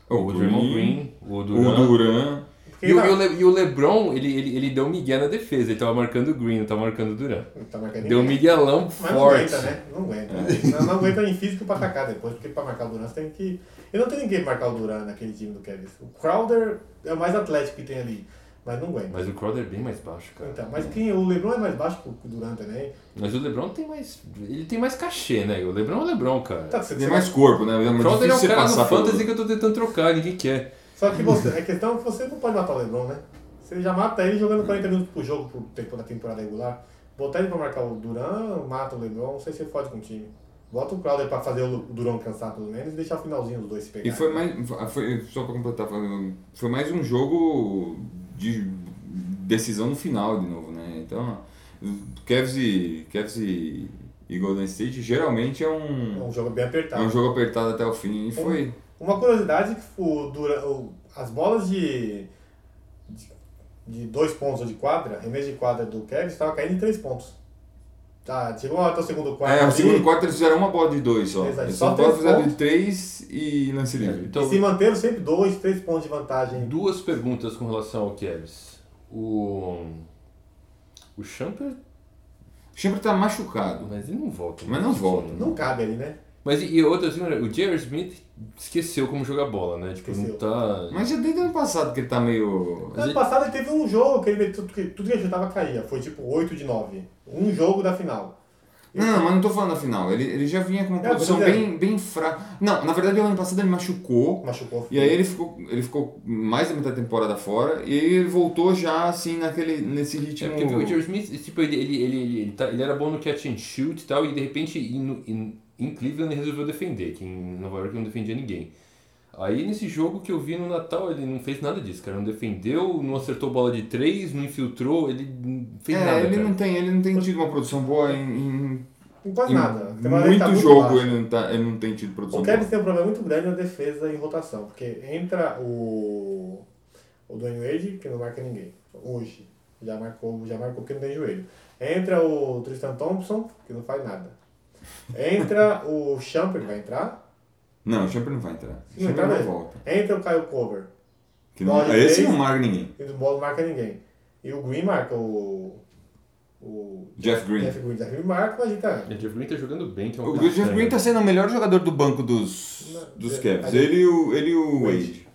O Draymond Green, o o Duran. Duran. Porque E o, e o ele Le- e o LeBron, ele, ele, ele deu um migué na defesa. Ele tava marcando o Green, não tava marcando o Duran. tá marcando Deu um ninguém. miguelão Mas não forte. É. aguenta, né? Não aguenta. Não, não aguenta em físico pra atacar depois, porque pra marcar o Duran você tem que. E não tem ninguém pra marcar o Duran naquele time do Kevin. O Crowder é o mais atlético que tem ali, mas não aguenta. Mas o Crowder é bem mais baixo, cara. Então, mas quem, o Lebron é mais baixo que o Duran também. Mas o LeBron tem mais. Ele tem mais cachê, né? O LeBron é o LeBron, cara. Tá, você, Tem mais corpo, né? É o mais Crowder é difícil o você cara passar no pelo- fantasy que eu tô tentando trocar, ninguém quer. Só que você, a questão é que você não pode matar o Lebron, né? Você já mata ele jogando 40 minutos pro jogo pro tempo da temporada regular. Botar ele pra marcar o Duran, mata o Lebron, não sei se fode com o time. Bota o Crowder pra fazer o Duran cansar pelo menos e deixar o finalzinho dos dois se pegar. E foi mais. ah, Foi, só pra completar, foi- foi mais um jogo de decisão no final de novo, né? Então, Cavs e, Cavs e, e Golden State geralmente é É um, um jogo bem é apertado. um jogo apertado até o Um fim. E foi. Uma curiosidade é que o Dura- o- as bolas de, de, de dois pontos ou de quadra, remédio de quadra do Kevin, estava caindo em três pontos. Tá, chegou até o segundo quarto. É, o ali, segundo quarto eles fizeram uma bola de dois só. Exato, Eles só só bola três fizeram pontos. É. de três e lance livre. E Então, se manteram sempre dois, três pontos de vantagem. duas perguntas com relação ao Cavs. O. O Champer. O Chamber tá machucado, Mas ele não volta. né? mas não volta. Não cabe ali, né? Mas e, e outra, assim, o J.R. Smith esqueceu como jogar bola, né? Tipo, Esqueceu. não tá. Mas já desde ano passado que ele tá meio. Ano ele- passado ele teve um jogo que ele tudo que, tudo que ele chutava caía. Foi tipo 8 de 9. Um jogo da final. Não, não, mas não tô falando da final. Ele, ele já vinha com uma É, produção pois é. bem, bem fraca. Não, na verdade, o ano passado ele machucou. Machucou. E aí ele ficou, ele ficou mais da metade da temporada fora. E aí ele voltou já, assim, naquele, nesse É ritmo. porque o Joe Smith, tipo, ele, ele, ele, ele, ele tá- ele era bom no catch and shoot e tal, e de repente em, no- em, em Cleveland ele resolveu defender, que em Nova York ele não defendia ninguém. Aí nesse jogo que eu vi no Natal, ele não fez nada disso, cara. Não defendeu, não acertou bola de três, não infiltrou, ele não fez é, nada. ele cara. não tem, ele não tem tido uma produção boa em, em- Não quase em nada. Tem uma hora que tá muito jogo baixo. ele não, tá, ele não tem tido produção O boa. Cavs tem um problema muito grande na defesa em rotação, porque entra o. O Dwayne Wade, que não marca ninguém. Hoje. Já marcou, já marcou porque não tem joelho. Entra o Tristan Thompson, que não faz nada. Entra o Champer, que vai entrar. Não, o Champer não vai entrar. O Não, Champer tá não bem. volta. Entra o Kyle Cover. Que não, Nove, esse três. não marca ninguém. E o Ball não marca ninguém. E o Green marca o. O. Jeff Green. Jeff Green. Jeff Green marca, mas ele tá. É, O Jeff Green tá jogando bem, que é uma O coisa Jeff estranha. Green tá sendo o melhor jogador do banco dos, dos Não, Cavs. é- Ele e o, ele e o Wade. Wade.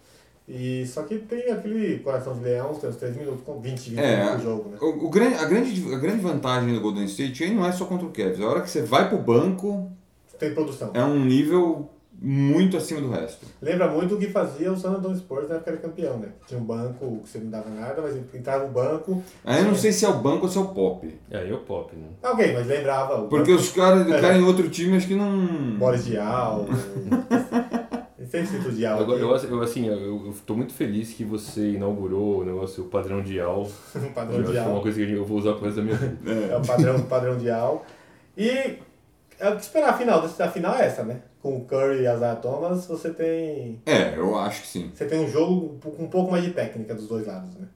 E, só que tem aquele coração de leão, tem uns 3 minutos, com 20, 20 É. minutos do jogo, né? O, o grande, a, grande, a grande vantagem do Golden State aí não é só contra o Cavs. A hora que você vai pro banco Tem produção. é um nível muito acima do resto. Lembra muito o que fazia o San Antonio Spurs na época que era campeão, né? Tinha um banco que você não dava nada, mas ele pintava o banco. Aí eu não sei se é o banco ou se é o pop. É, e o Pop, né? Ah, Ok, mas lembrava o Porque os caras o É. cara em outro time acho que não. Boris né? Dial. o- Sempre cito É, Dial. Agora, eu, aqui, acho- eu, assim, eu, eu tô muito feliz que você inaugurou o negócio, o padrão de Al. o um padrão Eu acho que é uma Dial. coisa que eu vou usar pro resto da minha vida. É o padrão, padrão Dial. E é o que esperar a final. A final é essa, né? Com o Curry e Azar Thomas, você tem É, eu acho que sim. você tem um jogo com um pouco mais de técnica dos dois lados, né?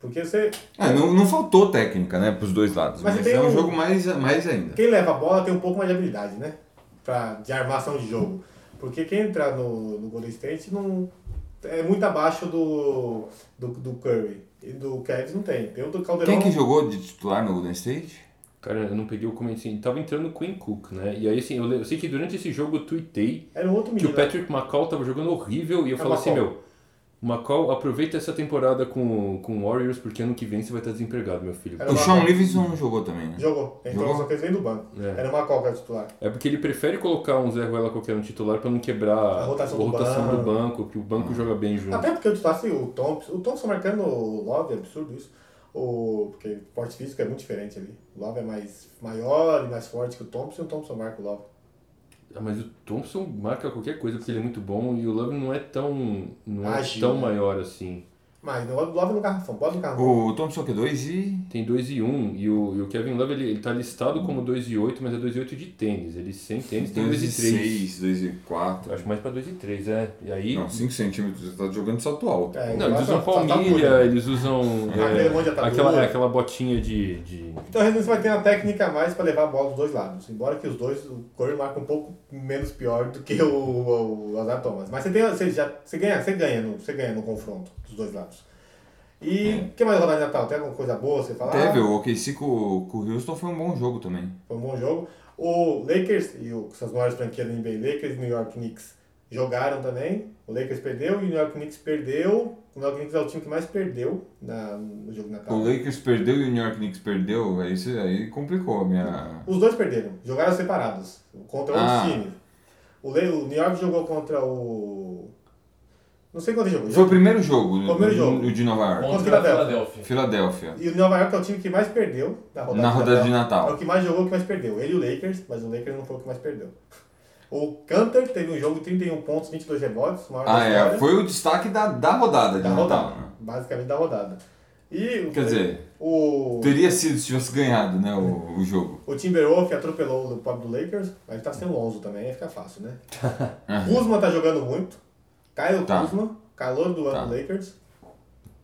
Porque você, É, não, não faltou técnica, né, pros dois lados. Mas Mas, tem é um um- jogo mais, mais ainda. quem leva a bola tem um pouco mais de habilidade, né? Pra, de armação de jogo. Porque quem entrar no, no Golden State não, é muito abaixo do, do, do Curry. E do Cavs não tem. Tem o do Calderon. Quem que jogou de titular no Golden State? Cara, eu não peguei o comencinho. Tava entrando o Quinn Cook, né? E aí, assim, eu, le- eu sei que durante esse jogo eu tuitei Era um outro que menino. o Patrick McCall tava jogando horrível e eu É falo assim, McCall. meu, McCall, aproveita essa temporada com, com o Warriors porque ano que vem você vai estar desempregado, meu filho. Era O uma- Sean Livingston jogou também, né? Jogou. Então Jogou? só que ele veio do banco. É. Era uma coca titular. É porque ele prefere colocar um Zé Ruela qualquer no titular pra não quebrar A rotação do rotação banco. do banco, que o banco joga bem junto. Até porque eu assim, o Thompson, o Thompson marcando o Love, é absurdo isso. O, porque o porte físico é muito diferente ali. O Love é mais maior e mais forte que o Thompson e o Thompson marca o Love. Ah, Mas o Thompson marca qualquer coisa porque ele é muito bom e o Love não é tão, não é Ágil, tão né? maior assim. Mas não, o Love é no garrafão, bota no garrafão. O Thompson que é 2 e. Tem 2 e 1 um, e, o, e o Kevin Love ele, ele tá listado como 2 e 8, mas é 2 e 8 de tênis. Ele sem tênis tem 2 e 3. 6, 2 e 4. Acho mais pra 2 e 3, é. E aí. Não, 5 centímetros, você tá jogando de salto alto. É, não, ele eles usam bota- tá- tá palmilha, puro. eles usam. Ah, aquele monte de É, atadura. aquela, aquela botinha de. de... Então a gente vai ter uma técnica a mais pra levar a bola dos dois lados. Embora que os dois, o Curry marca um pouco menos pior do que o, o, o Azar Thomas. Mas você, tem, você, já, você, ganha, você, ganha no, você ganha no confronto dos dois lados. E o que mais rodar de Natal? Tem alguma coisa boa você falar? É. Teve, o OKC com, com o Houston foi um bom jogo também. Foi um bom jogo. O Lakers e o, essas maiores franquias da NBA, Lakers e New York Knicks, jogaram também. O Lakers perdeu e o New York Knicks perdeu. O New York Knicks é o time que mais perdeu na, no jogo de Natal. O Lakers perdeu e o New York Knicks perdeu, aí, isso- aí complicou a minha. Os dois perderam. Jogaram separados. Contra um Ah. time. O, Le- o New York jogou contra o... Não sei quanto jogou. Foi o primeiro jogo, Foi o primeiro o- jogo. o de Nova York. Contra a Filadélfia. Filadélfia. E o Nova York é o time que mais perdeu na rodada, Na rodada de É o Natal. que mais jogou, o que mais perdeu. Ele e o Lakers, mas o Lakers não foi o que mais perdeu. O Cantor teve um jogo de 31 pontos, 22 rebotes. Maior Ah, da história. é. Foi o destaque da, da rodada de Da Natal. rodada. né? Basicamente da rodada. E o- Quer dizer, o, teria sido se tivesse ganhado, né, o, o jogo. o Timberwolf atropelou o pobre do Lakers, mas tá sem o Lonzo também, aí fica fácil, né? Kuzma tá jogando muito. Kyle Tá. Kuzma, calor do ano do Lakers.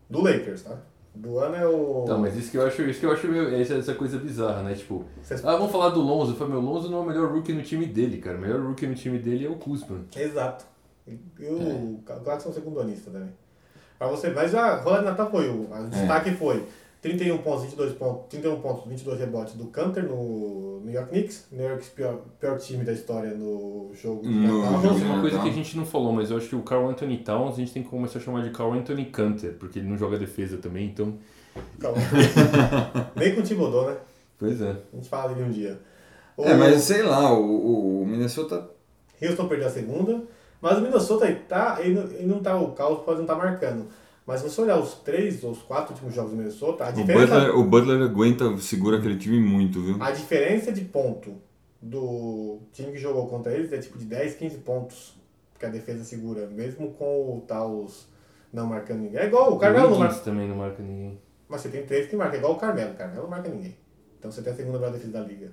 Do Lakers, tá? Do ano é o. Não, mas isso que eu acho, isso que eu acho meio- essa, essa coisa bizarra, né? Tipo, Vocês- ah, vamos falar do Lonzo. Foi meu Lonzo não é o melhor rookie no time dele, cara. O melhor rookie no time dele é o Kuzman. Exato. E o Clarkson é um secundonista também. Pra você, mas a rola de Natal foi o. a- É. O destaque foi 31 pontos, 22 pontos, 31 pontos, 22 rebotes do Canter no New York Knicks. New York pior, pior time da história no jogo de No Natal. jogo. Nossa, é uma coisa Não. que a gente não falou, mas eu acho que o Carl Anthony Towns a gente tem que começar a chamar de Carl Anthony Canter, porque ele não joga defesa também, então. Calma. Nem com o Timodô, né? Pois é. A gente fala dele um dia. O É, mas sei lá, o, o Minnesota. Houston perdeu a segunda, mas o Minnesota ele tá, ele, não- ele não tá, o Carlos pode não tá marcando. Mas se você olhar os três ou os quatro últimos jogos do Minnesota, a O diferença, Butler, o Butler aguenta, segura aquele time muito, viu? a diferença de ponto do time que jogou contra eles é tipo de 10, 15 pontos que a defesa segura, mesmo com o Taos não marcando ninguém. É igual o Carmelo Uhum. não Wiggins marca. também não marca ninguém. Mas você tem três que marcam, é igual o Carmelo. O Carmelo não marca ninguém. Então você tem a segunda melhor defesa da liga.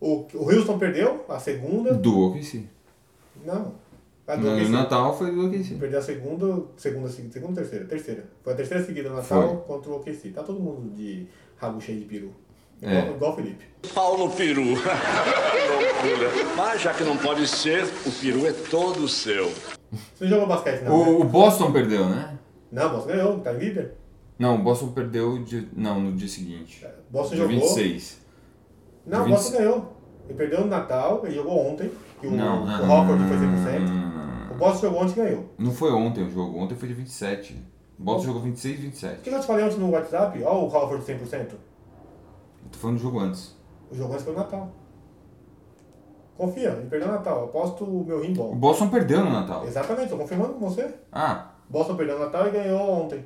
O, o Houston perdeu a segunda. Do OKC. Não. A do No OKC. Natal foi do OKC. Perdeu a segunda, segunda, segunda, segunda, terceira, terceira. Foi a terceira seguida no Natal Foi. contra o OKC. Tá todo mundo de rabo cheio de peru. É. Igual, igual o Felipe. Pau no peru. Loucura. Mas já que não pode ser, o peru é todo seu. Você não jogou basquete, não? né? O, o Boston perdeu, né? Não, Boston ganhou, tá em líder. Não, o Boston perdeu de, não, no dia seguinte. É, Boston Dia jogou. 26. Não, Vinte- Boston ganhou. Ele perdeu no Natal, ele jogou ontem, que o, Não, o não, Rockford não, foi 100%. O não, Boston jogou ontem e ganhou. Não foi ontem o jogo, ontem foi dia 27. O Boston jogou 26 e 27. O que eu te falei ontem no WhatsApp? Ó, o Howard 100%. Tô falando do jogo antes. O jogo antes foi o Natal. Confia, ele perdeu o Natal. Aposto o meu rim O bom. Boston perdeu no Natal. Exatamente, tô confirmando com você. Ah, Boston perdeu o Natal e ganhou ontem.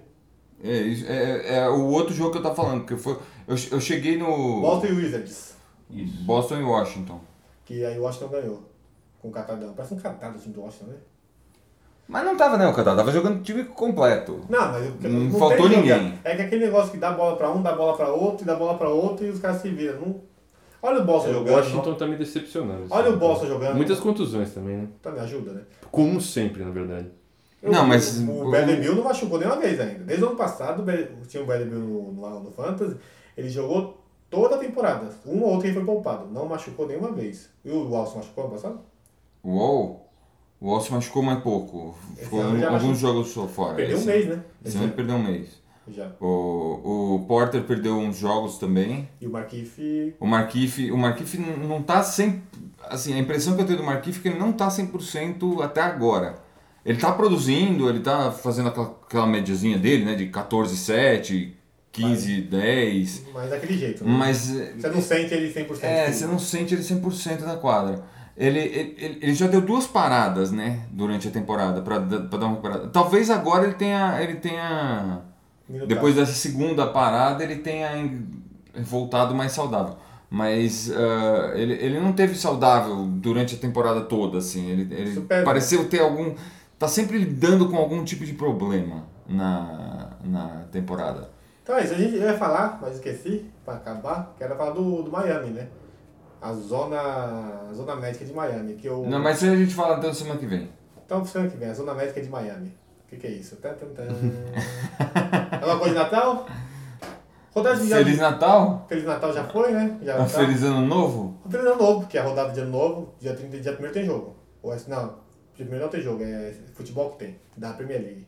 é, isso- é, é o outro jogo que eu tava falando, porque foi. Eu, eu cheguei no. Boston e Wizards, Isso. Boston e Washington. que aí o Washington ganhou. Com o Catadão. Parece um catado o time do Washington, né? Mas não tava, né, o Catar? Tava jogando time completo. Não, mas eu- tem Não faltou jogo, ninguém. cara. É que aquele negócio que dá bola pra um, dá bola pra outro, e dá bola pra outro e os caras se viram. Não... Olha o Boston É, o jogando. Washington tá me decepcionando. Olha assim. o Boston jogando. Muitas contusões também, né? Tá, me ajuda, né? Como sempre, na verdade. Não, mas- O Bradley Bill não machucou nenhuma vez ainda. Desde o ano passado, o Bradley- tinha o Bradley Bill no, no, no Fantasy. Ele jogou toda a temporada. Um ou outro ele foi poupado. Não machucou nenhuma vez. E o Walsh machucou ano passado? O Wall. O Wall se machucou mais pouco. Ficou ano já alguns machucou. jogos só fora. Perdeu um Esse- mês, né? Esse ano ele perdeu um mês. Já. O, o Porter perdeu uns jogos também. E o Markiff O Markiff, o Markiff não, não tá sem assim, a impressão que eu tenho do Markiff é que ele não tá 100% até agora. Ele tá produzindo, ele tá fazendo aquela, aquela médiazinha dele, né, de 14 7, 15 10, mas daquele jeito. Né? mas eh, Você não sente ele 100%. é, feliz. você não sente ele 100% na quadra. Ele, ele, ele- ele já deu duas paradas, né, durante a temporada, pra, da- pra dar uma recuperada. Talvez agora ele tenha, ele tenha Minutagem. depois dessa segunda parada, ele tenha en- voltado mais saudável. Mas ah, ele, ele não teve saudável durante a temporada toda, assim. Ele, ele Isso pega. pareceu ter algum. Tá sempre lidando com algum tipo de problema na, na temporada. Então é isso, a gente eu ia falar, mas esqueci, pra acabar, que era falar do, do Miami, né? A zona, a zona médica de Miami, que eu... Não, mas isso a gente fala até semana que vem. Então, semana que vem, a zona médica de Miami. O que, que é isso? Tan, tan, tan. é uma coisa de Natal? Rodada de Feliz já... Natal! Feliz Natal já foi, né? Já tá. Feliz Ano Novo! Feliz Ano Novo, porque é rodada de Ano Novo, dia 30 dia 1 tem jogo. Ou é, não, dia 1 não tem jogo, é futebol que tem, da Premier League.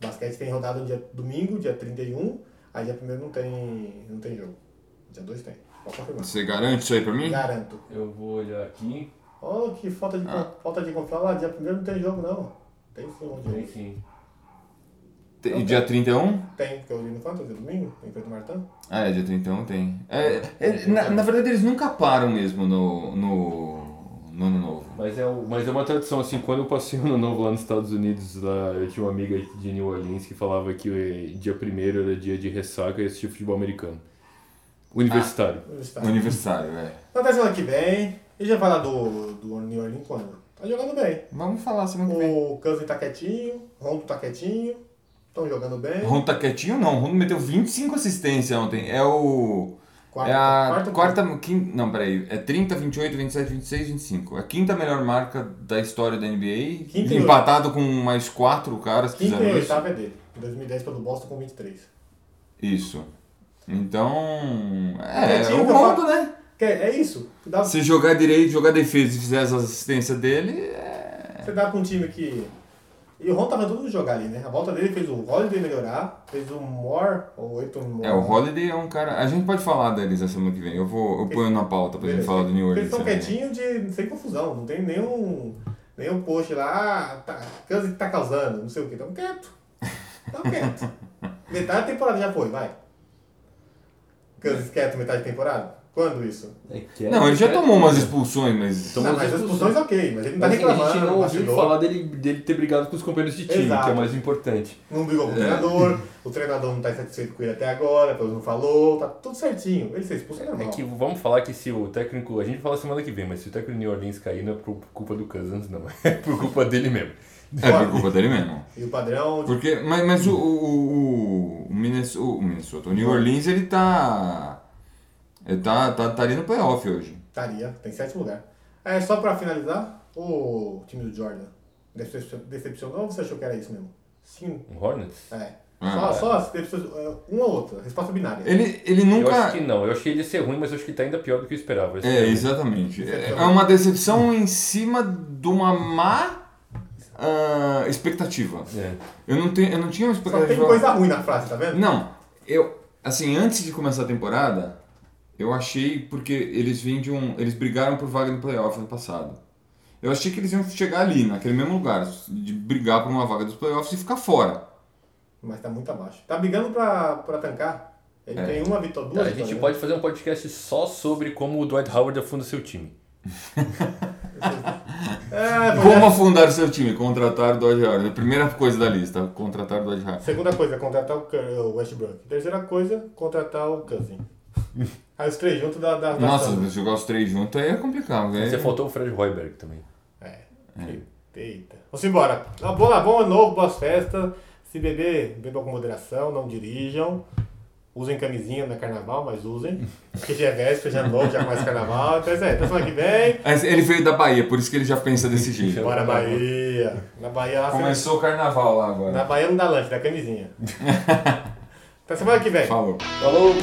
Basquete tem rodada no dia domingo, dia 31, aí dia 1 não tem, não tem jogo. Dia 2 tem, pode confirmar. Você garante isso aí pra mim? Garanto. Eu vou olhar aqui. Oh, que falta de, con- falta de confiar lá, dia 1 não tem jogo não. Tem sim um jogo. Enfim. E dia 31? Tem, porque eu li no Fantasy, é domingo, enfrenta o Martã. Ah, é, dia 31 tem. É, é, na, na verdade, eles nunca param mesmo no, no, no Ano Novo. Mas é, o- mas é uma tradição, assim, quando eu passei o ano novo lá nos Estados Unidos, lá, eu tinha uma amiga de New Orleans que falava que eh, dia primeiro era dia de ressaca e assistia futebol americano. Universitário. Universitário. No aniversário, é. Então até semana que vem. E já falar do, do New Orleans quando? Tá jogando bem. Vamos falar semana que vem. O Cousin tá quietinho, Rondo tá quietinho, estão jogando bem. Rondo tá quietinho não, Rondo meteu 25 assistências ontem. É o. Quarta- é a quarta- quarta. quin- não, peraí. É 30, 28, 27, 26, 25. A quinta melhor marca da história da NBA. Quinta e empatado com mais quatro caras que Quinta fizeram e tá isso. oitava é dele. Em 2010 pelo Boston com 23. Isso. Então. É, é Quietinho, o que eu falo. Rondo, né? Que é, é isso. Dá- Se jogar direito, jogar defesa e fizer as assistências dele, é. Você dá pra um time que. E o Rondo tava todo mundo jogar ali, né? A volta dele fez o Holiday melhorar, fez o Moore, ou Eiton Moore. É, o Holiday é um cara. A gente pode falar deles na semana que vem. Eu vou. Eu ponho na pauta pra gente Beleza. falar do New Orleans. Eles estão também. né? quietinhos de. sem confusão, não tem nenhum. nenhum post lá, ah, tá, Kansas que tá causando, não sei o que, tão quieto. Tão quieto. metade da temporada já foi, vai. Kansas quieto, metade da temporada. Quando isso? É que é- Não, ele já é- tomou umas expulsões, mas. Então, Não, Tomou mas as expulsões ok, mas ele não tá né? Mas, assim, a reclamando. gente não ouviu bastidor. falar dele, dele ter brigado com os companheiros de time, Exato. que é o mais importante. Não brigou É. com o treinador, o treinador não tá insatisfeito com ele até agora, pelo menos não falou, tá tudo certinho. Ele ser expulso é É Tá normal. que vamos falar que se o técnico. A gente fala semana que vem, mas se o técnico de New Orleans cair, não é por culpa do Cousins, não. É por culpa dele mesmo. É por culpa dele mesmo. E o padrão, tipo, Porque, mas, mas o, o, o- o Minnesota, o Minnesota, o New Orleans, ele tá. Ele tá, tá, tá ali no playoff hoje. estaria, tem sétimo lugar. É, só pra finalizar, o time do Jordan decep- decepcionou ou você achou que era isso mesmo? Sim. O Um Hornets? É. Ah, só, só as decepções, é, uma ou outra, resposta binária. Ele, ele Eu nunca. acho que não. Eu achei ele ser ruim, mas eu acho que tá ainda pior do que eu esperava. É, Esse- exatamente. É é uma decepção em cima de uma má ah, expectativa. É. Eu não, tenho, eu não tinha uma Só expectativa. tem coisa ruim na frase, tá vendo? Não, eu. Assim, antes de começar a temporada, eu achei. Porque eles vinham de um. Eles brigaram por vaga no playoff ano passado. Eu achei que eles iam chegar ali, naquele mesmo lugar, de brigar por uma vaga dos playoffs e ficar fora. Mas tá muito abaixo. Tá brigando pra, pra tancar. É. Ele tem uma vitória, duas Tá, a gente né? vitórias, pode fazer um podcast só sobre como o Dwight Howard afunda seu time. né? É, pois Como é. afundar o seu time? Contratar o Dodge Howard. A primeira coisa da lista, contratar o Dodge Howard. Segunda coisa, contratar o Cur- o Westbrook. Terceira coisa, contratar o Cousin. Aí os três juntos da, da, da Nossa, samba. se jogar os três juntos aí é complicado, velho. Você faltou o Fred Hoiberg também. É. Eita. Vamos embora. Ah, Bom, lá, bom ano novo, boas festas. Se beber, bebam com moderação, não dirijam. Usem camisinha, não é carnaval, mas usem. Porque já é véspera, já é novo, já é mais carnaval. Então é isso aí, até semana que vem. Mas É, Ele veio da Bahia, por isso que ele já pensa desse jeito. Bora Bahia. Na Bahia lá, você- Começou o carnaval lá na agora. Bahia não dá lanche, dá camisinha. até semana que vem. Falou. Falou!